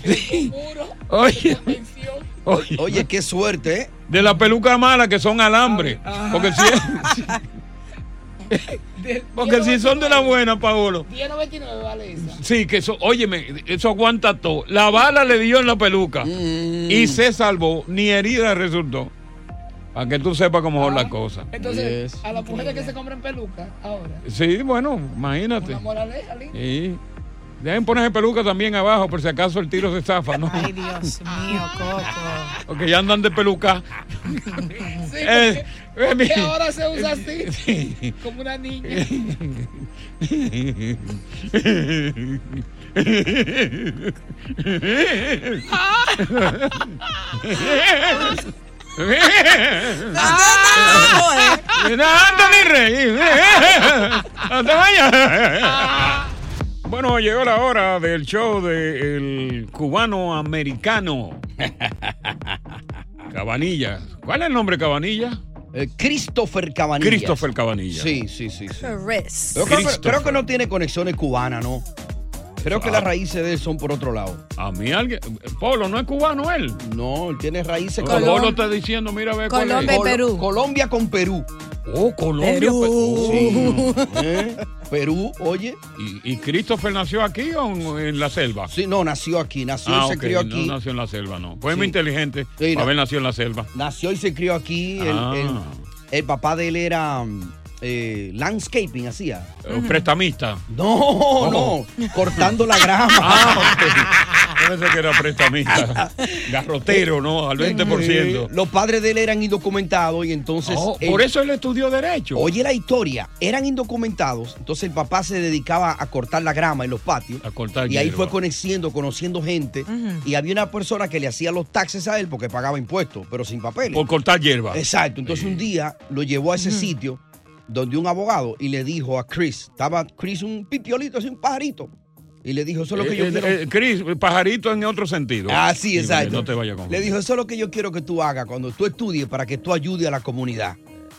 [SPEAKER 6] Oye, oye,
[SPEAKER 4] qué suerte, ¿eh?
[SPEAKER 6] De la peluca mala que son alambre. Porque si, porque si son de la buena, Paolo.
[SPEAKER 22] 10.99 vale esa.
[SPEAKER 6] Sí, que eso, óyeme, eso aguanta todo. La bala le dio en la peluca y se salvó, ni herida resultó. Para que tú sepas cómo son las cosas.
[SPEAKER 22] Entonces, a las mujeres que se compran pelucas ahora.
[SPEAKER 6] Sí, bueno, imagínate.
[SPEAKER 22] Una moraleja, linda.
[SPEAKER 6] Sí. Deben ponerse peluca también abajo, por si acaso el tiro se zafa, ¿no?
[SPEAKER 5] Ay, Dios mío, Coco.
[SPEAKER 6] Porque ya andan de peluca.
[SPEAKER 22] Sí,
[SPEAKER 6] Eh,
[SPEAKER 22] porque
[SPEAKER 6] eh, mi-
[SPEAKER 22] que ahora se usa así.
[SPEAKER 6] Sí.
[SPEAKER 22] Como una niña.
[SPEAKER 6] Anthony Rey. Hasta mañana. Bueno, llegó la hora del show del cubano americano. Cabanilla. ¿Cuál es el nombre Cabanilla?
[SPEAKER 4] Eh, Christopher Cabanilla.
[SPEAKER 6] Christopher Cabanilla.
[SPEAKER 4] Sí, sí, sí. sí.
[SPEAKER 5] Chris.
[SPEAKER 4] Creo que, creo que no tiene conexiones cubanas, ¿no? Creo que las raíces de él son por otro lado.
[SPEAKER 6] Ah. A mí alguien. Polo, ¿no es cubano él?
[SPEAKER 4] No, él tiene raíces
[SPEAKER 6] Pero
[SPEAKER 4] colombianas.
[SPEAKER 6] Polo está diciendo, mira, a ver cuál es.
[SPEAKER 4] Col- Colombia con Perú.
[SPEAKER 6] Oh, Colombia. Perú.
[SPEAKER 4] Perú. ¿Eh? Perú, oye.
[SPEAKER 6] ¿Y, y Christopher nació aquí o en- en la selva?
[SPEAKER 4] Sí, no, nació aquí. Nació y
[SPEAKER 6] Ah,
[SPEAKER 4] se
[SPEAKER 6] ok,
[SPEAKER 4] crió
[SPEAKER 6] no
[SPEAKER 4] aquí.
[SPEAKER 6] nació en la selva, no. Pues Fue
[SPEAKER 4] Sí.
[SPEAKER 6] muy inteligente
[SPEAKER 4] Sí,
[SPEAKER 6] para
[SPEAKER 4] no.
[SPEAKER 6] haber nacido en la selva.
[SPEAKER 4] Nació y se crió aquí. El,
[SPEAKER 6] Ah.
[SPEAKER 4] el- el papá de él era mm, eh, landscaping, hacía.
[SPEAKER 6] Eh, Prestamista. Ah.
[SPEAKER 4] No, no. Cortando la grama.
[SPEAKER 6] Parece que era prestamista. Garrotero, ¿no? Al 20%.
[SPEAKER 4] Sí, Los padres de él eran indocumentados y entonces.
[SPEAKER 6] Oh, por eso él estudió Derecho.
[SPEAKER 4] Oye, la historia. Eran indocumentados. Entonces el papá se dedicaba a cortar la grama en los patios. A
[SPEAKER 6] cortar
[SPEAKER 4] Y ahí
[SPEAKER 6] hierba.
[SPEAKER 4] fue conociendo, conociendo gente. Y había una persona que le hacía los taxes a él porque pagaba impuestos, pero sin papeles.
[SPEAKER 6] Por cortar hierba.
[SPEAKER 4] Exacto. Entonces un día lo llevó a ese sitio donde un abogado y le dijo a Chris, estaba Chris un pipiolito, así un pajarito. Y le dijo, eso es lo que yo
[SPEAKER 6] Eh,
[SPEAKER 4] quiero.
[SPEAKER 6] eh, Chris, pajarito en otro sentido.
[SPEAKER 4] Así,
[SPEAKER 6] Sí,
[SPEAKER 4] exacto.
[SPEAKER 6] No te vayas a confundir.
[SPEAKER 4] Le dijo, eso es lo que yo quiero que tú hagas cuando tú estudies para que tú ayudes a la comunidad.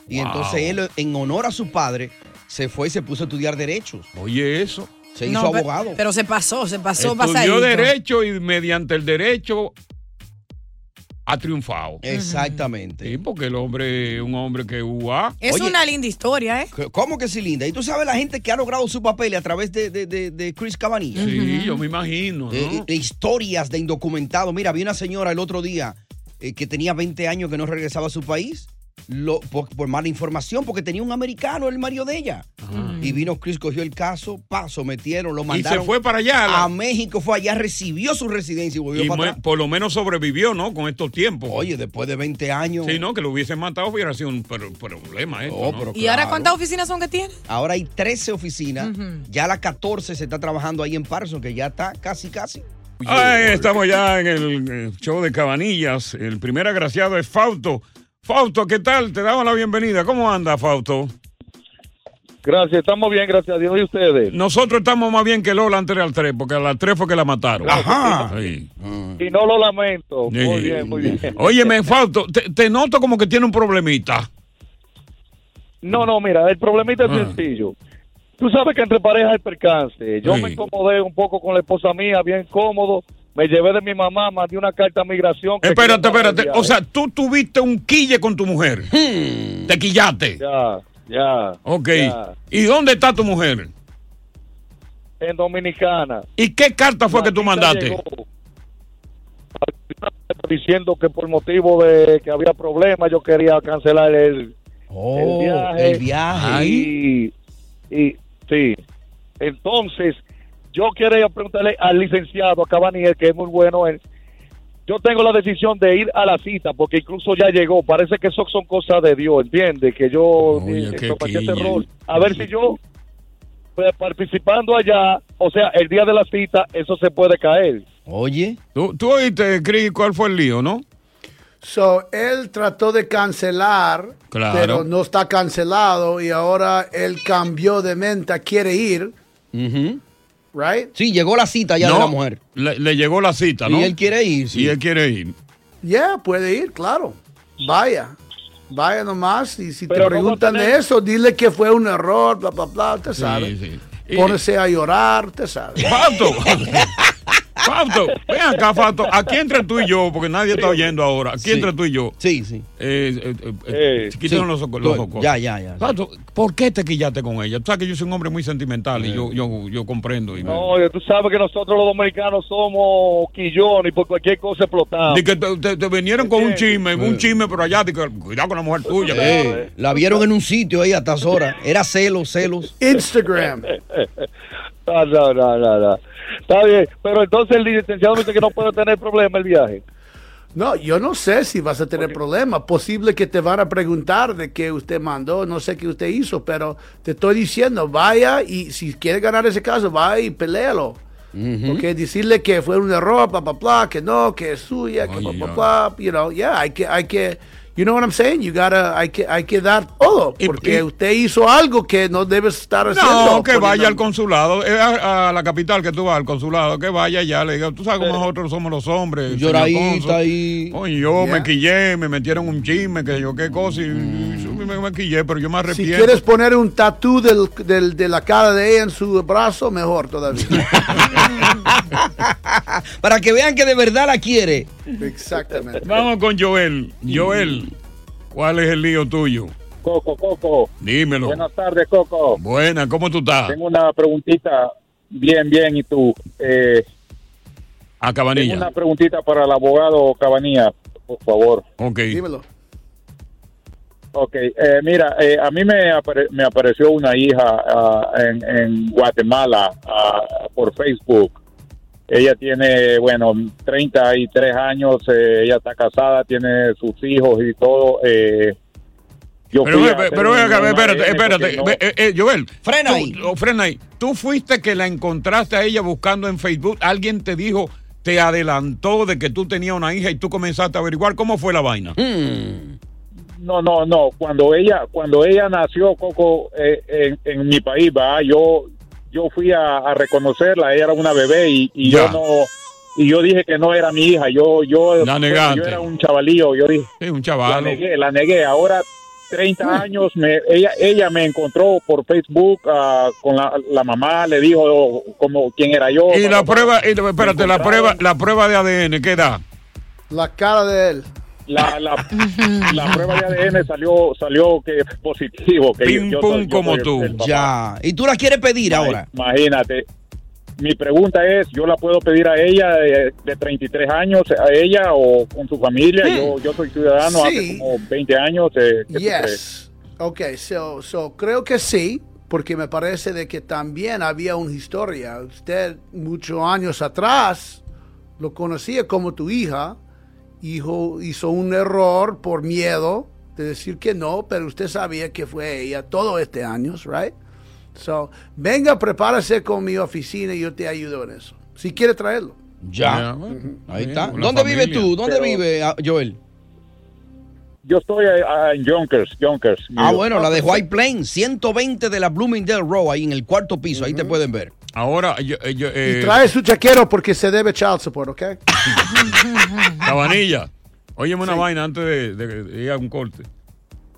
[SPEAKER 4] Y
[SPEAKER 6] Wow.
[SPEAKER 4] entonces él, en honor a su padre, se fue y se puso a estudiar derechos.
[SPEAKER 6] Oye, eso.
[SPEAKER 4] Se
[SPEAKER 5] No,
[SPEAKER 4] hizo
[SPEAKER 5] pe-
[SPEAKER 4] abogado.
[SPEAKER 5] Pero se pasó, se pasó
[SPEAKER 6] Estudió
[SPEAKER 5] pasadito.
[SPEAKER 6] derecho y mediante el derecho ha triunfado.
[SPEAKER 4] Exactamente.
[SPEAKER 6] Sí, porque el hombre, un hombre que UA.
[SPEAKER 5] Es una linda historia, ¿eh?
[SPEAKER 4] ¿Cómo que sí, linda? Y tú sabes la gente que ha logrado su papel a través de, de- de- de Chris Cabanilla.
[SPEAKER 6] Sí, yo me imagino. ¿no?
[SPEAKER 4] Eh, eh, historias de indocumentados. Mira, vi una señora el otro día eh, que tenía 20 años que no regresaba a su país lo- por, por mala información, porque tenía un americano, el marido de ella. Y vino Chris, cogió el caso, paso, metieron, lo mandaron.
[SPEAKER 6] fue para allá, la-
[SPEAKER 4] A México, fue allá, recibió su residencia y volvió
[SPEAKER 6] Y
[SPEAKER 4] para
[SPEAKER 6] mue-
[SPEAKER 4] atrás.
[SPEAKER 6] por lo menos sobrevivió, ¿no? Con estos tiempos.
[SPEAKER 4] Oye, después de 20 años. Oh,
[SPEAKER 6] Sí, no, que lo hubiesen matado hubiera sido un pro- problema esto, ¿no?
[SPEAKER 5] ¿Y ahora cuántas oficinas son que tiene?
[SPEAKER 4] Ahora hay 13 oficinas, ya la 14 se está trabajando ahí en Parson, que ya está casi, casi.
[SPEAKER 6] Ay, estamos ya en el eh, show de Cabanillas. El primer agraciado es Fausto. Fausto, ¿qué tal? Te damos la bienvenida. ¿Cómo anda, Fausto?
[SPEAKER 23] Gracias, estamos bien, gracias a Dios. ¿Y ustedes?
[SPEAKER 6] Nosotros estamos más bien que Lola antes al 3, porque a las 3 fue que la mataron. Ajá.
[SPEAKER 23] Y no lo lamento. Muy bien, muy bien.
[SPEAKER 6] Óyeme, Fausto, te, te noto como que tiene un problemita.
[SPEAKER 23] No, no, mira, el problemita es
[SPEAKER 6] Ah.
[SPEAKER 23] sencillo. Tú sabes que entre parejas hay percance. Yo
[SPEAKER 6] Sí.
[SPEAKER 23] me incomodé un poco con la esposa mía, bien cómodo. Me llevé de mi mamá, mandé una carta a migración. que
[SPEAKER 6] Espérate,
[SPEAKER 23] quería
[SPEAKER 6] espérate.
[SPEAKER 23] cambiar,
[SPEAKER 6] O sea, tú tuviste un quille con tu mujer. Te quillaste.
[SPEAKER 23] Hmm. Ya, ya.
[SPEAKER 6] Ok.
[SPEAKER 23] ya.
[SPEAKER 6] ¿Y dónde está tu mujer?
[SPEAKER 23] En Dominicana.
[SPEAKER 6] ¿Y qué carta fue que tú
[SPEAKER 23] Maldita
[SPEAKER 6] mandaste?
[SPEAKER 23] llegó. Diciendo que por motivo de que había problemas, yo quería cancelar el, el viaje.
[SPEAKER 4] Oh, el viaje.
[SPEAKER 23] Y, y- sí. Entonces, yo quería preguntarle al licenciado, a Cabanier, que es muy bueno él. Yo tengo la decisión de ir a la cita, porque incluso ya llegó. Parece que eso son cosas de Dios, ¿entiende? Que yo dije,
[SPEAKER 6] qué
[SPEAKER 23] cometí este
[SPEAKER 6] quilla.
[SPEAKER 23] error. A ver si yo, pues, participando allá, o sea, el día de la cita, eso se puede caer.
[SPEAKER 4] Oye.
[SPEAKER 6] Tú, tú oíste, Cris, cuál fue el lío, ¿no?
[SPEAKER 24] So, él trató de cancelar,
[SPEAKER 6] Claro.
[SPEAKER 24] pero no está cancelado y ahora él cambió de mente, quiere ir, right?
[SPEAKER 4] Sí, llegó la cita ya
[SPEAKER 6] No,
[SPEAKER 4] de la mujer.
[SPEAKER 6] Le, le llegó la cita, ¿no?
[SPEAKER 4] Y él quiere ir, sí.
[SPEAKER 6] Y él quiere ir.
[SPEAKER 24] Yeah, puede ir, claro. Vaya, vaya nomás. Y si te
[SPEAKER 6] Pero no va a
[SPEAKER 24] preguntan
[SPEAKER 6] tener-
[SPEAKER 24] de eso, dile que fue un error, bla, bla, bla, usted sabe. Pónese a llorar, usted sabe.
[SPEAKER 6] Fausto. Fausto, ven acá, Fausto. Aquí entre tú y yo, porque nadie está oyendo ahora. Aquí entre tú y yo.
[SPEAKER 4] Sí, sí.
[SPEAKER 6] Eh, eh, eh, se quitaron
[SPEAKER 4] Sí,
[SPEAKER 6] los, oco-
[SPEAKER 4] estoy-
[SPEAKER 6] los ojos.
[SPEAKER 4] ya, ya, ya.
[SPEAKER 6] Fausto, ¿por qué te quillaste con ella? Tú sabes que yo soy un hombre muy sentimental
[SPEAKER 4] Eh.
[SPEAKER 6] y yo, yo, yo comprendo. Y me-
[SPEAKER 23] No, tú sabes que nosotros los dominicanos somos quillones y por cualquier cosa explotamos. Eh,
[SPEAKER 6] Di que te, te- te vinieron con un chisme, un chisme, pero allá, di que, cuidado con la mujer tuya.
[SPEAKER 4] Eh, la vieron en un sitio ahí hasta horas. Era celos, celos.
[SPEAKER 24] Instagram.
[SPEAKER 23] No, no, no, no, no. Está bien, pero entonces el licenciado me dice que no puede tener problema el viaje.
[SPEAKER 24] No, yo no sé si vas a tener problemas. Posible que te van a preguntar de qué usted mandó, no sé qué usted hizo, pero te estoy diciendo, vaya y si quiere ganar ese caso, vaya y pelealo. Porque decirle que fue un error, bla, bla, bla, que no, que es suya, que bla, bla, bla, you know, yeah, hay que, hay que, you know what I'm saying, you gotta, hay que, hay que dar todo, porque usted hizo algo que no debe estar haciendo.
[SPEAKER 6] No, que vaya al
[SPEAKER 24] poniendo-
[SPEAKER 6] consulado, eh, a, a la capital que tú vas, al consulado, que vaya ya, le diga, tú sabes cómo nosotros somos los hombres. señor
[SPEAKER 4] Lloradita
[SPEAKER 6] cónsul.
[SPEAKER 4] ahí.
[SPEAKER 6] Oye, yo
[SPEAKER 4] Ya.
[SPEAKER 6] me quillé, me metieron un chisme, que yo qué cosa, y, y yo me, me quillé, pero yo me
[SPEAKER 24] Si
[SPEAKER 6] arrepiento.
[SPEAKER 24] quieres poner un tatú del, del- de la cara de ella en su brazo, mejor todavía.
[SPEAKER 4] Para que vean que de verdad la quiere.
[SPEAKER 24] Exactamente.
[SPEAKER 6] Vamos con Joel. Joel, ¿cuál es el lío tuyo?
[SPEAKER 25] Coco, Coco.
[SPEAKER 6] Dímelo.
[SPEAKER 25] Buenas tardes, Coco.
[SPEAKER 6] Buena, ¿cómo tú estás?
[SPEAKER 25] Tengo una preguntita. Bien, bien, ¿y tú? Eh,
[SPEAKER 6] A
[SPEAKER 25] tengo
[SPEAKER 6] Cabanilla.
[SPEAKER 25] una preguntita para el abogado Cabanilla, por favor.
[SPEAKER 6] Ok.
[SPEAKER 24] Dímelo.
[SPEAKER 25] Ok, eh, mira, eh, a mí me, apare- me apareció una hija ah, en, en Guatemala ah, por Facebook. Ella tiene, bueno, 33 años, eh, ella está casada, tiene sus hijos y todo. eh, yo
[SPEAKER 6] Pero,
[SPEAKER 25] fui a
[SPEAKER 6] ve- ve-
[SPEAKER 25] hacer
[SPEAKER 6] pero
[SPEAKER 25] un-
[SPEAKER 6] ve acá, ve,
[SPEAKER 25] un
[SPEAKER 6] espérate,
[SPEAKER 25] ADN
[SPEAKER 6] espérate.
[SPEAKER 25] porque no-
[SPEAKER 6] ve, eh, eh, Joel,
[SPEAKER 4] frena
[SPEAKER 6] tú-
[SPEAKER 4] ahí.
[SPEAKER 6] oh, frena ahí. Tú fuiste que la encontraste a ella buscando en Facebook. Alguien te dijo, te adelantó de que tú tenías una hija y tú comenzaste a averiguar cómo fue la vaina.
[SPEAKER 25] No, no, no. Cuando ella, cuando ella nació, Coco, eh, en, en mi país, va, yo, yo fui a, a reconocerla. Ella era una bebé y, y
[SPEAKER 6] Ya.
[SPEAKER 25] yo no, y yo dije que no era mi hija. Yo, yo,
[SPEAKER 6] La
[SPEAKER 25] yo
[SPEAKER 6] negaste.
[SPEAKER 25] era un chavalío. Yo dije,
[SPEAKER 6] Sí, un
[SPEAKER 25] la
[SPEAKER 6] chaval.
[SPEAKER 25] negué, la negué. Ahora 30 años, me, ella, ella me encontró por Facebook ah, con la, la mamá, le dijo "Oh, como quién era yo.
[SPEAKER 6] Y la
[SPEAKER 25] Bueno,
[SPEAKER 6] prueba, y- espérate, la prueba, la prueba de ADN, ¿qué da?
[SPEAKER 24] La cara de él.
[SPEAKER 25] la, la, la prueba de ADN salió salió que positivo que
[SPEAKER 6] Pim, pum, como tú.
[SPEAKER 4] Ya. ¿Y tú la quieres pedir ahora?
[SPEAKER 25] imagínate mi pregunta es, ¿yo la puedo pedir a ella de, de 33 años, a ella o con su familia? Yo, yo soy ciudadano
[SPEAKER 24] Sí.
[SPEAKER 25] hace como 20 años. eh, ¿qué tú crees?
[SPEAKER 24] Yes. Ok, so, so creo que sí, porque me parece de que también había una historia. Usted muchos años atrás lo conocía como tu hija, hijo hizo un error por miedo de decir que no, pero usted sabía que fue ella todo este año, right? So, venga, prepárese con mi oficina y yo te ayudo en eso. Si quiere traerlo.
[SPEAKER 4] Ya. Ahí está. ¿Dónde vives tú? ¿Dónde
[SPEAKER 25] Pero-
[SPEAKER 4] vive ah, Joel?
[SPEAKER 25] Yo estoy eh, ah, en Yonkers, Yonkers.
[SPEAKER 4] Ah, bueno, la de White Plains, 120 de la Bloomingdale Row, ahí en el cuarto piso, ahí te pueden ver.
[SPEAKER 6] Ahora, yo, eh,
[SPEAKER 24] Y trae su chaquero porque se debe child support, ¿ok?
[SPEAKER 6] Cabanilla, óyeme una
[SPEAKER 24] Sí.
[SPEAKER 6] vaina antes de, de- de ir a un corte.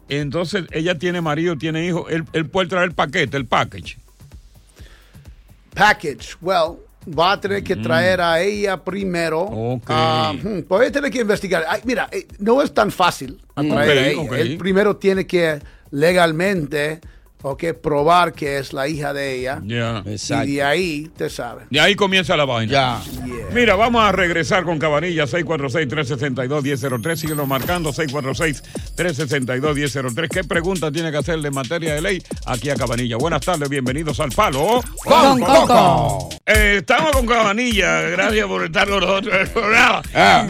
[SPEAKER 6] Entonces, ella tiene marido, tiene hijo, él, él puede traer el paquete, el package.
[SPEAKER 24] package. Well, va a tener que
[SPEAKER 6] Mm.
[SPEAKER 24] traer a ella primero. Ah, hmm, voy a tener que investigar. Ay, mira, eh, no es tan fácil
[SPEAKER 6] Mm.
[SPEAKER 24] atraer a
[SPEAKER 6] Ok,
[SPEAKER 24] ella.
[SPEAKER 6] ok.
[SPEAKER 24] Él primero tiene que legalmente okay, probar que es la hija de ella.
[SPEAKER 6] Ya.
[SPEAKER 24] Y de ahí te sabe.
[SPEAKER 6] De ahí comienza la vaina.
[SPEAKER 4] Ya.
[SPEAKER 6] Mira, vamos a regresar con Cabanilla 646-362-1003. Síguenos marcando 646-362-1003. ¿Qué pregunta tiene que hacerle en materia de ley aquí a Cabanilla? Buenas tardes, bienvenidos al Palo.
[SPEAKER 22] Con Coco.
[SPEAKER 6] Eh, estamos con Cabanilla, gracias por estar con nosotros en el programa.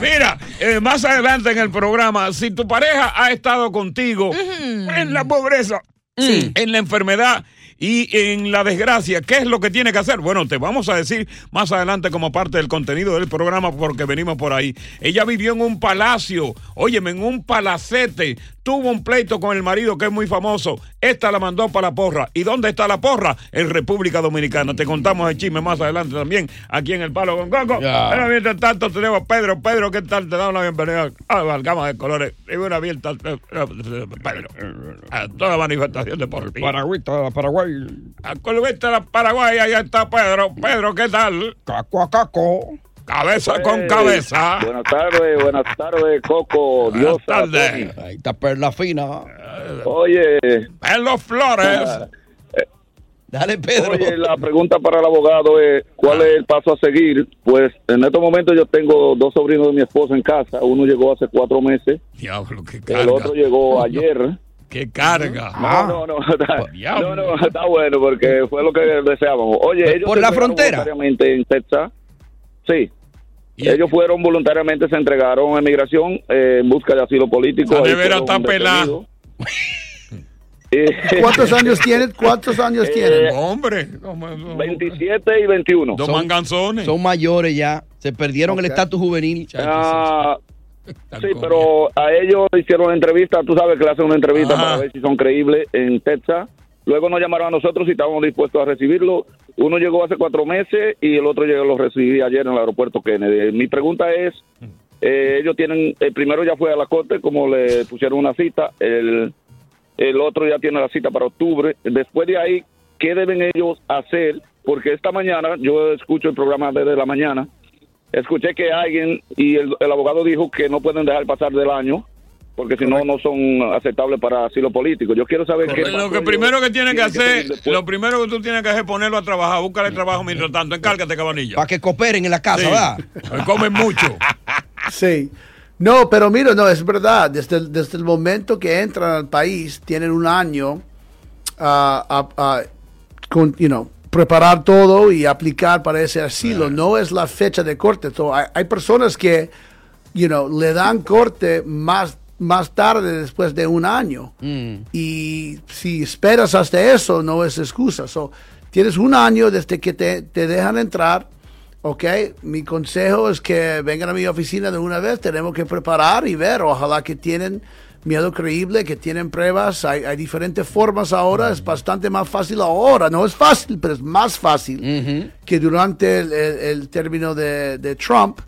[SPEAKER 6] Mira, eh, más adelante en el programa, si tu pareja ha estado contigo en la pobreza, en la enfermedad y en la desgracia, ¿qué es lo que tiene que hacer? Bueno, te vamos a decir más adelante como parte del contenido del programa porque venimos por ahí. Ella vivió en un palacio, óyeme, en un palacete, tuvo un pleito con el marido que es muy famoso, esta la mandó para la porra. ¿Y dónde está la porra? En República Dominicana. Te contamos el chisme más adelante también, aquí en El Palo con Coco.
[SPEAKER 4] Ya.
[SPEAKER 6] Pero mientras tanto tenemos a Pedro. Pedro, ¿qué tal? Te damos la bienvenida a las gamas de colores. Y una abierta, eh, eh, Pedro, a toda manifestación de por ti.
[SPEAKER 4] Paragüita de la Paraguay.
[SPEAKER 6] A Colbeta de la Paraguay, allá está Pedro. Pedro, ¿qué tal?
[SPEAKER 4] Caco a caco. Pues,
[SPEAKER 6] Cabeza con
[SPEAKER 26] Eh,
[SPEAKER 6] cabeza.
[SPEAKER 26] Buenas tardes, buenas tardes, Coco. Dios tardes.
[SPEAKER 4] Ahí está Perla Fina.
[SPEAKER 26] Oye. Eh,
[SPEAKER 6] Pedro Flores.
[SPEAKER 4] Dale, Pedro.
[SPEAKER 26] Oye, la pregunta para el abogado es, ¿cuál es el paso a seguir? Pues en estos momentos yo tengo dos sobrinos de mi esposa en casa. Uno llegó hace cuatro meses.
[SPEAKER 6] Diablo, qué
[SPEAKER 26] El otro llegó ayer.
[SPEAKER 6] Qué carga.
[SPEAKER 26] No, no, no, está,
[SPEAKER 4] Pues,
[SPEAKER 26] no, no, está bueno porque Eh, fue lo que deseábamos. Oye, ellos
[SPEAKER 4] Pues, ¿Por la
[SPEAKER 26] se entregaron
[SPEAKER 4] frontera?
[SPEAKER 26] voluntariamente en Texas. Sí. Ellos fueron voluntariamente, se entregaron a migración eh, en busca de asilo político.
[SPEAKER 6] La
[SPEAKER 26] Ahí
[SPEAKER 6] nevera
[SPEAKER 26] fueron
[SPEAKER 6] está pelada.
[SPEAKER 26] detenidos. Eh,
[SPEAKER 24] ¿Cuántos años tienen? ¿Cuántos años
[SPEAKER 26] Eh,
[SPEAKER 24] tienen?
[SPEAKER 6] Hombre.
[SPEAKER 26] 27 y 21.
[SPEAKER 6] Dos manganzones.
[SPEAKER 4] Son mayores ya. Se perdieron el
[SPEAKER 26] Ok.
[SPEAKER 4] estatus juvenil.
[SPEAKER 26] Ah, sí, pero a ellos hicieron entrevista, tú sabes que le hacen una entrevista para ver si son creíbles en Texas. Luego nos llamaron a nosotros y estábamos dispuestos a recibirlo. Uno llegó hace cuatro meses y el otro llegó, lo recibí ayer en el aeropuerto Kennedy. Mi pregunta es, eh, ellos tienen, el primero ya fue a la corte, como le pusieron una cita, el, el otro ya tiene la cita para octubre. Después de ahí, ¿qué deben ellos hacer? Porque esta mañana, yo escucho el programa desde la mañana, escuché que alguien y el, el abogado dijo que no pueden dejar pasar del año porque si no, no son aceptables para asilo político. Yo quiero saber qué
[SPEAKER 6] Pues Lo
[SPEAKER 26] pasó.
[SPEAKER 6] que primero que tienes que
[SPEAKER 26] Tiene que
[SPEAKER 6] hacer,
[SPEAKER 26] seguir después.
[SPEAKER 6] lo primero que tú tienes que hacer es ponerlo a trabajar, búscale trabajo mientras tanto, encárgate, cabanilla.
[SPEAKER 4] Para que cooperen en la casa, ¿verdad?
[SPEAKER 6] Comen mucho.
[SPEAKER 24] Sí. No, pero mira, no, es verdad. Desde el, desde el momento que entran al país, tienen un año ah, a, a- con, you know, preparar todo y aplicar para ese asilo. No es la fecha de corte. So, hay, hay personas que, you know, le dan corte más, más tarde, después de un año. Y si esperas hasta eso, no es excusa. So, tienes un año desde que te, te dejan entrar, ¿ok? Mi consejo es que vengan a mi oficina de una vez. Tenemos que preparar y ver. Ojalá que tienen miedo creíble, que tienen pruebas. Hay, hay diferentes formas ahora. Es bastante más fácil ahora. No es fácil, pero es más fácil que durante el, el- el término de, de Trump.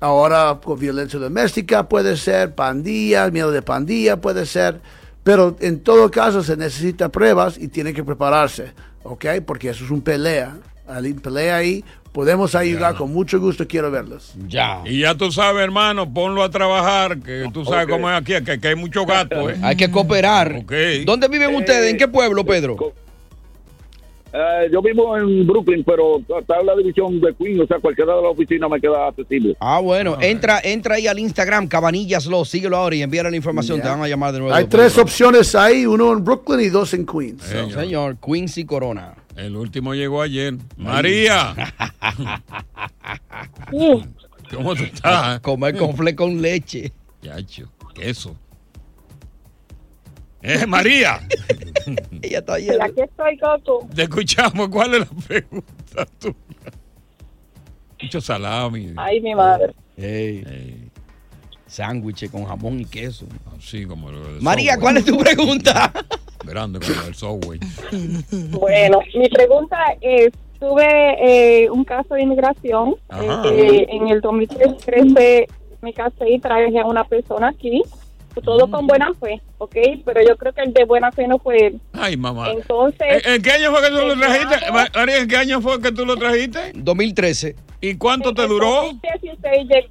[SPEAKER 24] Ahora con violencia doméstica puede ser, pandillas, miedo de pandilla puede ser, pero en todo caso se necesita pruebas y tiene que prepararse, ¿ok? Porque eso es un pelea. Al pelea ahí, podemos ayudar con mucho gusto, quiero verlos.
[SPEAKER 4] Ya.
[SPEAKER 6] Y ya tú sabes, hermano, ponlo a trabajar, que tú sabes cómo es aquí, que, que hay mucho gato. ¿eh?
[SPEAKER 4] Hay que cooperar. ¿Dónde viven ustedes? ¿En qué pueblo, Pedro?
[SPEAKER 26] Eh, yo vivo en Brooklyn, pero está en la división de Queens, o sea, cualquiera de las oficinas me queda accesible.
[SPEAKER 4] Ah, bueno, entra, entra ahí al Instagram, Cabanillaslo, síguelo ahora y envíale la información, te van a llamar de nuevo.
[SPEAKER 24] Hay tres opciones ahí, uno en Brooklyn y dos en Queens.
[SPEAKER 4] Sí, Señor, Queens y Corona.
[SPEAKER 6] El último llegó ayer. María. ¿Cómo tú estás?
[SPEAKER 4] Comer confle Pues con leche.
[SPEAKER 6] Yacho, queso. ¡Eh, María!
[SPEAKER 4] Ella está
[SPEAKER 8] Pero
[SPEAKER 4] ayer.
[SPEAKER 8] Aquí estoy, Coco.
[SPEAKER 6] Te escuchamos. ¿Cuál es la pregunta tuya? Mucho salami.
[SPEAKER 8] Ay, mi madre.
[SPEAKER 4] Ey. Sándwiches con jamón y queso.
[SPEAKER 6] Así como lo del
[SPEAKER 4] María,
[SPEAKER 6] Subway.
[SPEAKER 4] ¿cuál es tu pregunta?
[SPEAKER 6] Grande como el software.
[SPEAKER 8] Bueno, mi pregunta es, tuve eh, un caso de inmigración.
[SPEAKER 6] Ajá.
[SPEAKER 8] eh, en el 2013 me casé y traje a una persona aquí. Todo con buena fe, ¿ok? Pero yo creo que el de buena fe no fue él.
[SPEAKER 6] Ay, mamá.
[SPEAKER 8] Entonces...
[SPEAKER 6] ¿En, en qué año fue que tú lo trajiste? Ma- María, ¿en qué año fue que tú lo trajiste?
[SPEAKER 4] 2013.
[SPEAKER 6] ¿Y cuánto te duró?
[SPEAKER 8] 2016 lleg-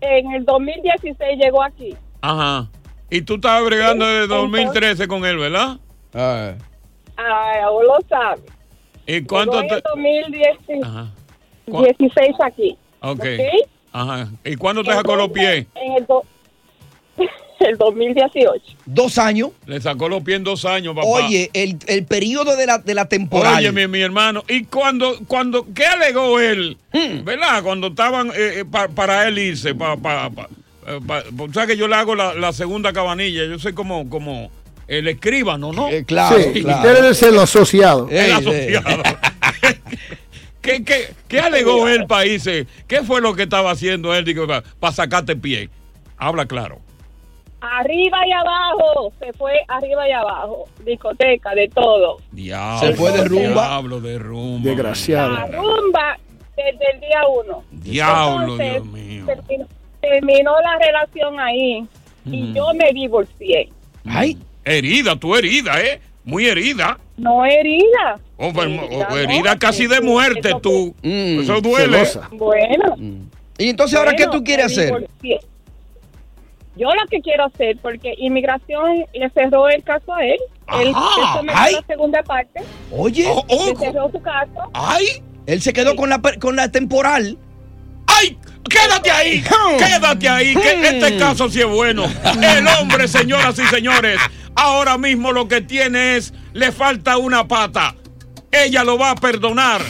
[SPEAKER 8] en el 2016 llegó aquí.
[SPEAKER 6] Ajá. Y tú estabas bregando desde 2013 con él, ¿verdad?
[SPEAKER 8] Ay, vos Ah, lo sabes.
[SPEAKER 6] ¿Y cuánto
[SPEAKER 8] Llegó en el
[SPEAKER 6] te...
[SPEAKER 8] 2016
[SPEAKER 6] Ajá. ¿Cuá-
[SPEAKER 8] 16 aquí.
[SPEAKER 6] Ok.
[SPEAKER 8] ¿ok?
[SPEAKER 6] Ajá. ¿Y cuándo te sacó los pies?
[SPEAKER 8] En el, do- el 2018.
[SPEAKER 4] Dos años.
[SPEAKER 6] Le sacó los pies en dos años, papá.
[SPEAKER 4] Oye, el, el periodo de la, de la temporada.
[SPEAKER 6] Oye, mi, mi hermano, y cuando, cuando, ¿qué alegó él?
[SPEAKER 4] Hmm.
[SPEAKER 6] ¿Verdad? Cuando estaban eh, eh, pa- para él irse, pa, pa, pa- eh, pa- o sea que yo le hago la, la segunda cabanilla, yo soy como, como el escribano, ¿no?
[SPEAKER 4] Eh,
[SPEAKER 24] Claro, Usted debe ser el asociado.
[SPEAKER 6] El asociado. ¿Qué, qué, qué alegó él país? ¿Qué fue lo que estaba haciendo él para sacarte pie? Habla claro.
[SPEAKER 8] Arriba y abajo. Se fue arriba y abajo. Discoteca, de todo.
[SPEAKER 6] Diablo,
[SPEAKER 4] Se fue de rumba.
[SPEAKER 6] Diablo de rumba. Ah.
[SPEAKER 8] La rumba desde el día uno.
[SPEAKER 6] Diablo,
[SPEAKER 8] Entonces,
[SPEAKER 6] Dios mío.
[SPEAKER 8] Terminó, terminó la relación ahí. Y
[SPEAKER 6] Mm.
[SPEAKER 8] yo me divorcié.
[SPEAKER 4] Ay.
[SPEAKER 6] Herida, tú herida, ¿eh? Muy herida.
[SPEAKER 8] No herida.
[SPEAKER 6] O, enfermo- o- o
[SPEAKER 8] ¿no?
[SPEAKER 6] herida casi de muerte, tú. Eso duele.
[SPEAKER 4] Mm, celosa. Mm.
[SPEAKER 8] Bueno.
[SPEAKER 4] Y entonces, ¿ahora qué
[SPEAKER 8] Bueno,
[SPEAKER 4] tú quieres
[SPEAKER 8] me
[SPEAKER 4] hacer?
[SPEAKER 8] divorcié. Yo lo que quiero hacer, porque inmigración le cerró el caso a él. Él
[SPEAKER 4] Ajá,
[SPEAKER 8] eso me
[SPEAKER 4] ay.
[SPEAKER 8] dio la segunda parte.
[SPEAKER 4] Oye.
[SPEAKER 8] Le cerró su caso.
[SPEAKER 6] Oh, ¡Ay!
[SPEAKER 4] Él se quedó con la, per- con la temporal.
[SPEAKER 6] ¡Ay! ¡Quédate ahí! ¡Quédate ahí!
[SPEAKER 4] Mm.
[SPEAKER 6] Que este caso sí es bueno. El hombre, señoras y señores, ahora mismo lo que tiene es, le falta una pata. Ella lo va a perdonar.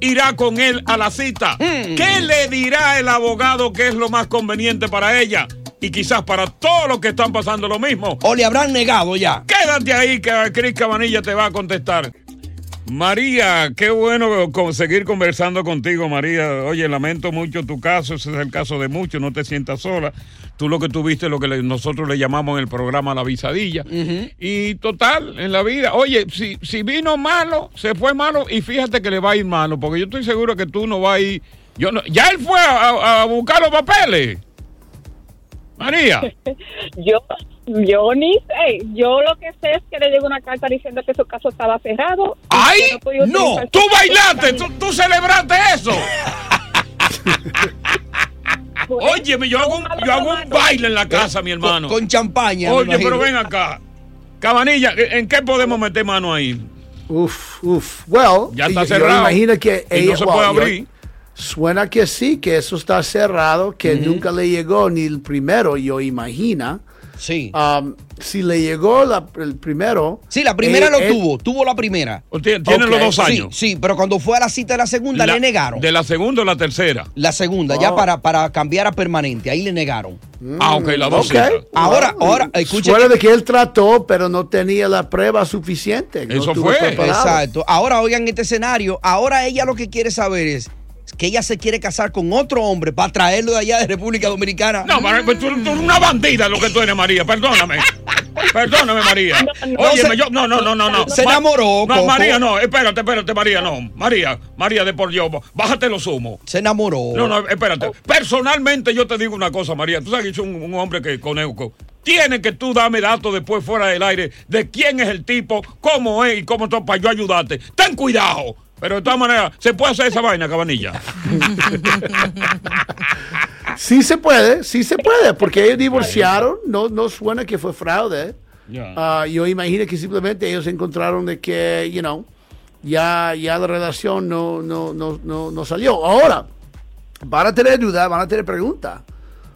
[SPEAKER 6] Irá con él a la cita.
[SPEAKER 4] Mm.
[SPEAKER 6] ¿Qué le dirá el abogado que es lo más conveniente para ella? Y quizás para todos los que están pasando lo mismo.
[SPEAKER 4] O le habrán negado ya.
[SPEAKER 6] Quédate ahí que Cris Cabanilla te va a contestar. María, qué bueno conseguir conversando contigo, María. Oye, lamento mucho tu caso, ese es el caso de muchos, no te sientas sola. Tú lo que tuviste, lo que le- nosotros le llamamos en el programa la visadilla. Y total, en la vida, oye, si, si vino malo, se fue malo y fíjate que le va a ir malo, porque yo estoy seguro que tú no vas a ir... Yo no- ya él fue a- a- a buscar los papeles. María.
[SPEAKER 8] Yo, yo ni sé. Yo lo que sé es que le llegó una carta diciendo que su caso estaba cerrado. y
[SPEAKER 6] ¡Ay!
[SPEAKER 8] que podía
[SPEAKER 6] ¡No!
[SPEAKER 8] utilizar
[SPEAKER 6] ¡Tú
[SPEAKER 8] su
[SPEAKER 6] bailaste!
[SPEAKER 8] camino.
[SPEAKER 6] ¡Tú, tú celebraste eso! Oye, yo hago, un, yo hago un baile en la casa, mi hermano.
[SPEAKER 4] Con champaña. me
[SPEAKER 6] Oye,
[SPEAKER 4] imagino.
[SPEAKER 6] pero ven acá. Cabanilla, ¿en qué podemos meter mano ahí?
[SPEAKER 24] Uf, uf. Well,
[SPEAKER 6] Ya está
[SPEAKER 24] yo- yo
[SPEAKER 6] cerrado.
[SPEAKER 24] imagino que
[SPEAKER 6] Y
[SPEAKER 24] ella-
[SPEAKER 6] no se puede
[SPEAKER 24] well, yo-
[SPEAKER 6] abrir.
[SPEAKER 24] Suena que sí, que eso está cerrado, que nunca le llegó ni el primero, yo imagino.
[SPEAKER 4] Sí.
[SPEAKER 24] si le llegó la- el primero.
[SPEAKER 4] Sí, la primera
[SPEAKER 24] eh,
[SPEAKER 4] lo
[SPEAKER 24] él-
[SPEAKER 4] tuvo, tuvo la primera.
[SPEAKER 6] Oh, Tiene los dos años.
[SPEAKER 4] Sí, sí, pero cuando fue a la cita de la segunda le negaron.
[SPEAKER 6] ¿De la segunda o la tercera?
[SPEAKER 4] La segunda, ya para, para cambiar a permanente, ahí le negaron.
[SPEAKER 6] Ah, ok, la dos
[SPEAKER 24] Ok. Ah.
[SPEAKER 6] citas.
[SPEAKER 4] Ahora, ahora, escucha.
[SPEAKER 24] Suena de que él trató, pero no tenía la prueba suficiente. no estuvo preparado.
[SPEAKER 4] Exacto. Ahora oigan este escenario. Ahora ella lo que quiere saber es que ella se quiere casar con otro hombre para traerlo de allá de República Dominicana. Mm.
[SPEAKER 6] No, María, pues tú, tú eres una bandida lo que tú eres, María. Perdóname. Perdóname, María.
[SPEAKER 4] no.
[SPEAKER 6] Oye,
[SPEAKER 4] No, se-
[SPEAKER 6] yo, no, no, no, no, no.
[SPEAKER 4] Se
[SPEAKER 6] Ma-
[SPEAKER 4] enamoró,
[SPEAKER 6] No,
[SPEAKER 4] Coco.
[SPEAKER 6] María, no. Espérate, espérate, María, no. María, María de por Dios. Bájate los humos.
[SPEAKER 4] Se enamoró.
[SPEAKER 6] No, no, espérate. Personalmente yo te digo una cosa, María. Tú sabes que yo soy un, un hombre que conozco. Tiene que tú darme datos después fuera del aire de quién es el tipo, cómo es y cómo todo para yo ayudarte. Ten cuidado. Pero de todas maneras, se puede hacer esa vaina, cabanilla.
[SPEAKER 24] Sí se puede, sí se puede, porque ellos divorciaron, no, no suena que fue fraude.
[SPEAKER 6] Ya.
[SPEAKER 24] Ah, yo imagino que simplemente ellos encontraron de que, you know, ya, ya la relación no, no, no, no, no salió. Ahora, van a tener dudas, van a tener preguntas.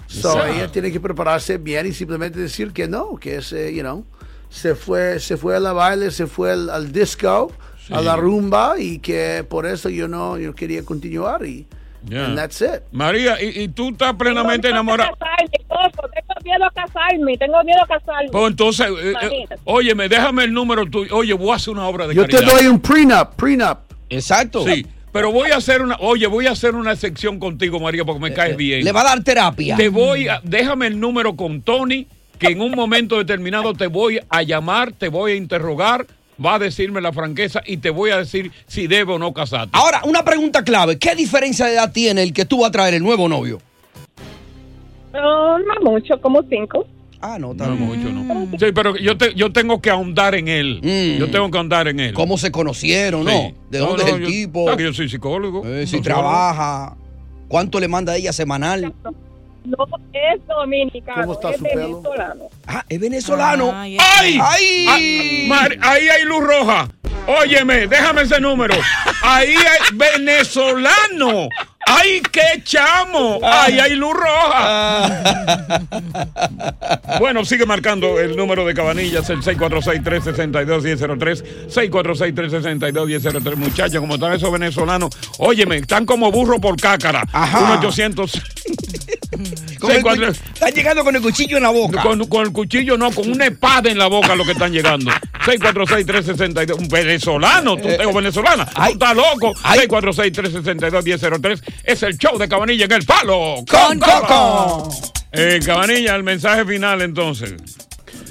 [SPEAKER 24] So,
[SPEAKER 9] Exacto.
[SPEAKER 24] ella tiene que prepararse bien y simplemente decir que no, que ese, you know, se fue, se fue a la baile, se fue al, al disco, a la rumba y que por eso yo no, yo quería continuar y
[SPEAKER 6] Ya.
[SPEAKER 24] and that's it.
[SPEAKER 6] María, y, y tú estás plenamente enamorada.
[SPEAKER 8] casarme, Coco, tengo miedo a casarme, tengo miedo a casarme.
[SPEAKER 6] Pues entonces, eh, eh, óyeme, déjame el número tuyo. Oye, voy a hacer una obra de
[SPEAKER 24] Yo te
[SPEAKER 6] caridad.
[SPEAKER 24] doy un prenup, prenup.
[SPEAKER 4] Exacto.
[SPEAKER 6] Sí, pero voy a hacer una, oye, voy a hacer una excepción contigo, María, porque me caes bien.
[SPEAKER 4] Eh, le va a dar terapia.
[SPEAKER 6] Te voy a, déjame el número con Tony, que en un momento determinado te voy a llamar, te voy a interrogar, va a decirme la franqueza y te voy a decir si debe o no casarte.
[SPEAKER 4] Ahora, una pregunta clave. ¿Qué diferencia de edad tiene el que tú vas a traer el nuevo novio?
[SPEAKER 8] No, no mucho, como cinco.
[SPEAKER 4] Ah, no,
[SPEAKER 6] no mucho, no. Sí, pero yo, te- yo tengo que ahondar en él. Yo tengo que ahondar en él.
[SPEAKER 4] Mm. ¿Cómo se conocieron, no? ¿De dónde es el tipo?
[SPEAKER 6] Ah, que yo soy psicólogo.
[SPEAKER 4] Eh, Si trabaja, ¿cuánto le manda ella semanal?
[SPEAKER 8] No, es dominicano,
[SPEAKER 4] ¿Cómo está
[SPEAKER 8] es
[SPEAKER 4] su pelo?
[SPEAKER 8] venezolano.
[SPEAKER 4] Ah, es venezolano.
[SPEAKER 6] ¡Ay! ¡Ay! Mar- Ah, ahí hay luz roja. Óyeme, déjame ese número. Ahí hay venezolano. ¡Ay, qué chamo! ¡Ay, hay luz roja!
[SPEAKER 4] Ah.
[SPEAKER 6] Bueno, sigue marcando el número de cabanillas, el 646-362-1003. 646-362-1003. Muchachos, como están esos venezolanos, óyeme, están como burro por cácara. 1-800.
[SPEAKER 4] Con el cuch- Están llegando con el cuchillo en la boca.
[SPEAKER 6] Con, con el cuchillo no, con una espada en la boca lo que están llegando. 646-362. Un venezolano,
[SPEAKER 4] Eh,
[SPEAKER 6] tú tengo venezolana. Tú estás loco. 646-362-1003. Es el show de Cabanilla en el palo.
[SPEAKER 4] Con Coco.
[SPEAKER 6] Eh, Cabanilla, el mensaje final entonces.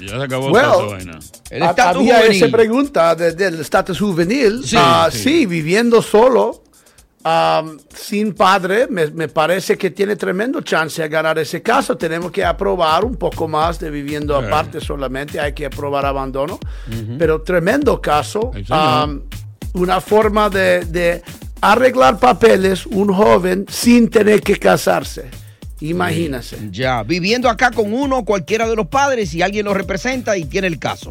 [SPEAKER 6] Ya se acabó
[SPEAKER 24] Well,
[SPEAKER 6] toda esa vaina.
[SPEAKER 24] Ha- Había esa pregunta de- del estatus juvenil.
[SPEAKER 6] Sí,
[SPEAKER 24] Ah,
[SPEAKER 6] sí.
[SPEAKER 24] sí. viviendo solo, ah, sin padre, me, me parece que tiene tremendo chance de ganar ese caso. Tenemos que aprobar un poco más de viviendo
[SPEAKER 6] Sí.
[SPEAKER 24] aparte solamente, hay que aprobar abandono. Pero tremendo caso. Ah, una forma de, de arreglar papeles un joven sin tener que casarse. Imagínase.
[SPEAKER 4] Ya, viviendo acá con uno o cualquiera de los padres y alguien lo representa y tiene el caso.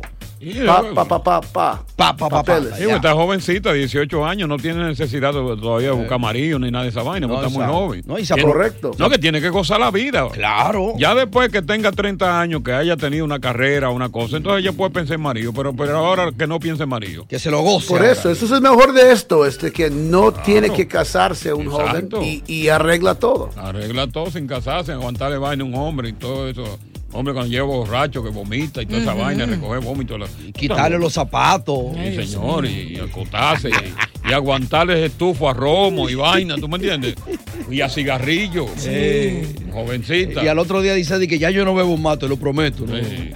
[SPEAKER 24] Pa, pa, pa, pa, pa.
[SPEAKER 4] Pa, pa, pa, pa,
[SPEAKER 24] Papeles.
[SPEAKER 6] Sí, pues, está jovencita, 18 años, no tiene necesidad de- todavía de buscar marido ni nada de esa vaina,
[SPEAKER 4] Eh. No,
[SPEAKER 6] porque está muy
[SPEAKER 4] exacto.
[SPEAKER 6] joven.
[SPEAKER 4] No, y se
[SPEAKER 6] Tiene-
[SPEAKER 4] Correcto.
[SPEAKER 6] No, que tiene que gozar la vida.
[SPEAKER 4] Claro.
[SPEAKER 6] Ya después que tenga 30 años, que haya tenido una carrera, una cosa, entonces ella puede pensar en marido, pero, pero ahora que no piense en marido.
[SPEAKER 4] Que se lo goce.
[SPEAKER 24] Por eso, eso es el mejor de esto, este que no tiene que casarse un
[SPEAKER 6] Exacto.
[SPEAKER 24] joven y, y arregla todo.
[SPEAKER 6] Arregla todo sin casarse, aguantarle vaina a un hombre y todo eso. Hombre cuando lleva borracho, que vomita y toda esa
[SPEAKER 4] Ujú.
[SPEAKER 6] vaina, recoger vómito. la-
[SPEAKER 4] Quitarle los zapatos.
[SPEAKER 6] Sí, señor, y, y acotarse y, y aguantarles estufo a romo y vaina, ¿tú me entiendes? Y a cigarrillo.
[SPEAKER 4] Sí.
[SPEAKER 6] Jovencita.
[SPEAKER 4] Y al otro día dice de que ya yo no bebo más, te lo prometo. ¿no?
[SPEAKER 6] Sí.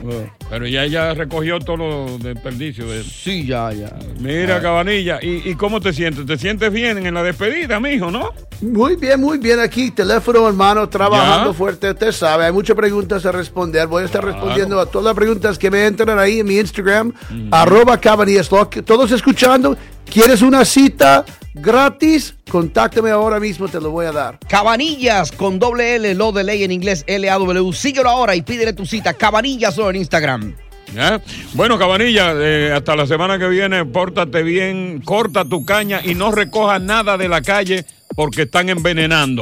[SPEAKER 6] Pero ya ella recogió todos los desperdicios de
[SPEAKER 4] Sí, ya, ya.
[SPEAKER 6] Mira, Cabanilla, ¿y, y cómo te sientes? ¿Te sientes bien en la despedida, mijo, no?
[SPEAKER 24] Muy bien, muy bien aquí, teléfono hermano, trabajando
[SPEAKER 6] Ya.
[SPEAKER 24] fuerte, usted sabe, hay muchas preguntas a responder, voy a estar respondiendo a todas las preguntas que me entran ahí en mi Instagram, arroba Cabanillas Lock. todos escuchando, ¿quieres una cita gratis? Contáctame ahora mismo, te lo voy a dar.
[SPEAKER 4] Cabanillas con doble L, lo de ley en inglés, L-A-W. Síguelo ahora y pídele tu cita. Cabanillas solo en Instagram.
[SPEAKER 6] Ya. Bueno, Cabanilla, eh, hasta la semana que viene, pórtate bien, corta tu caña y no recojas nada de la calle porque están envenenando.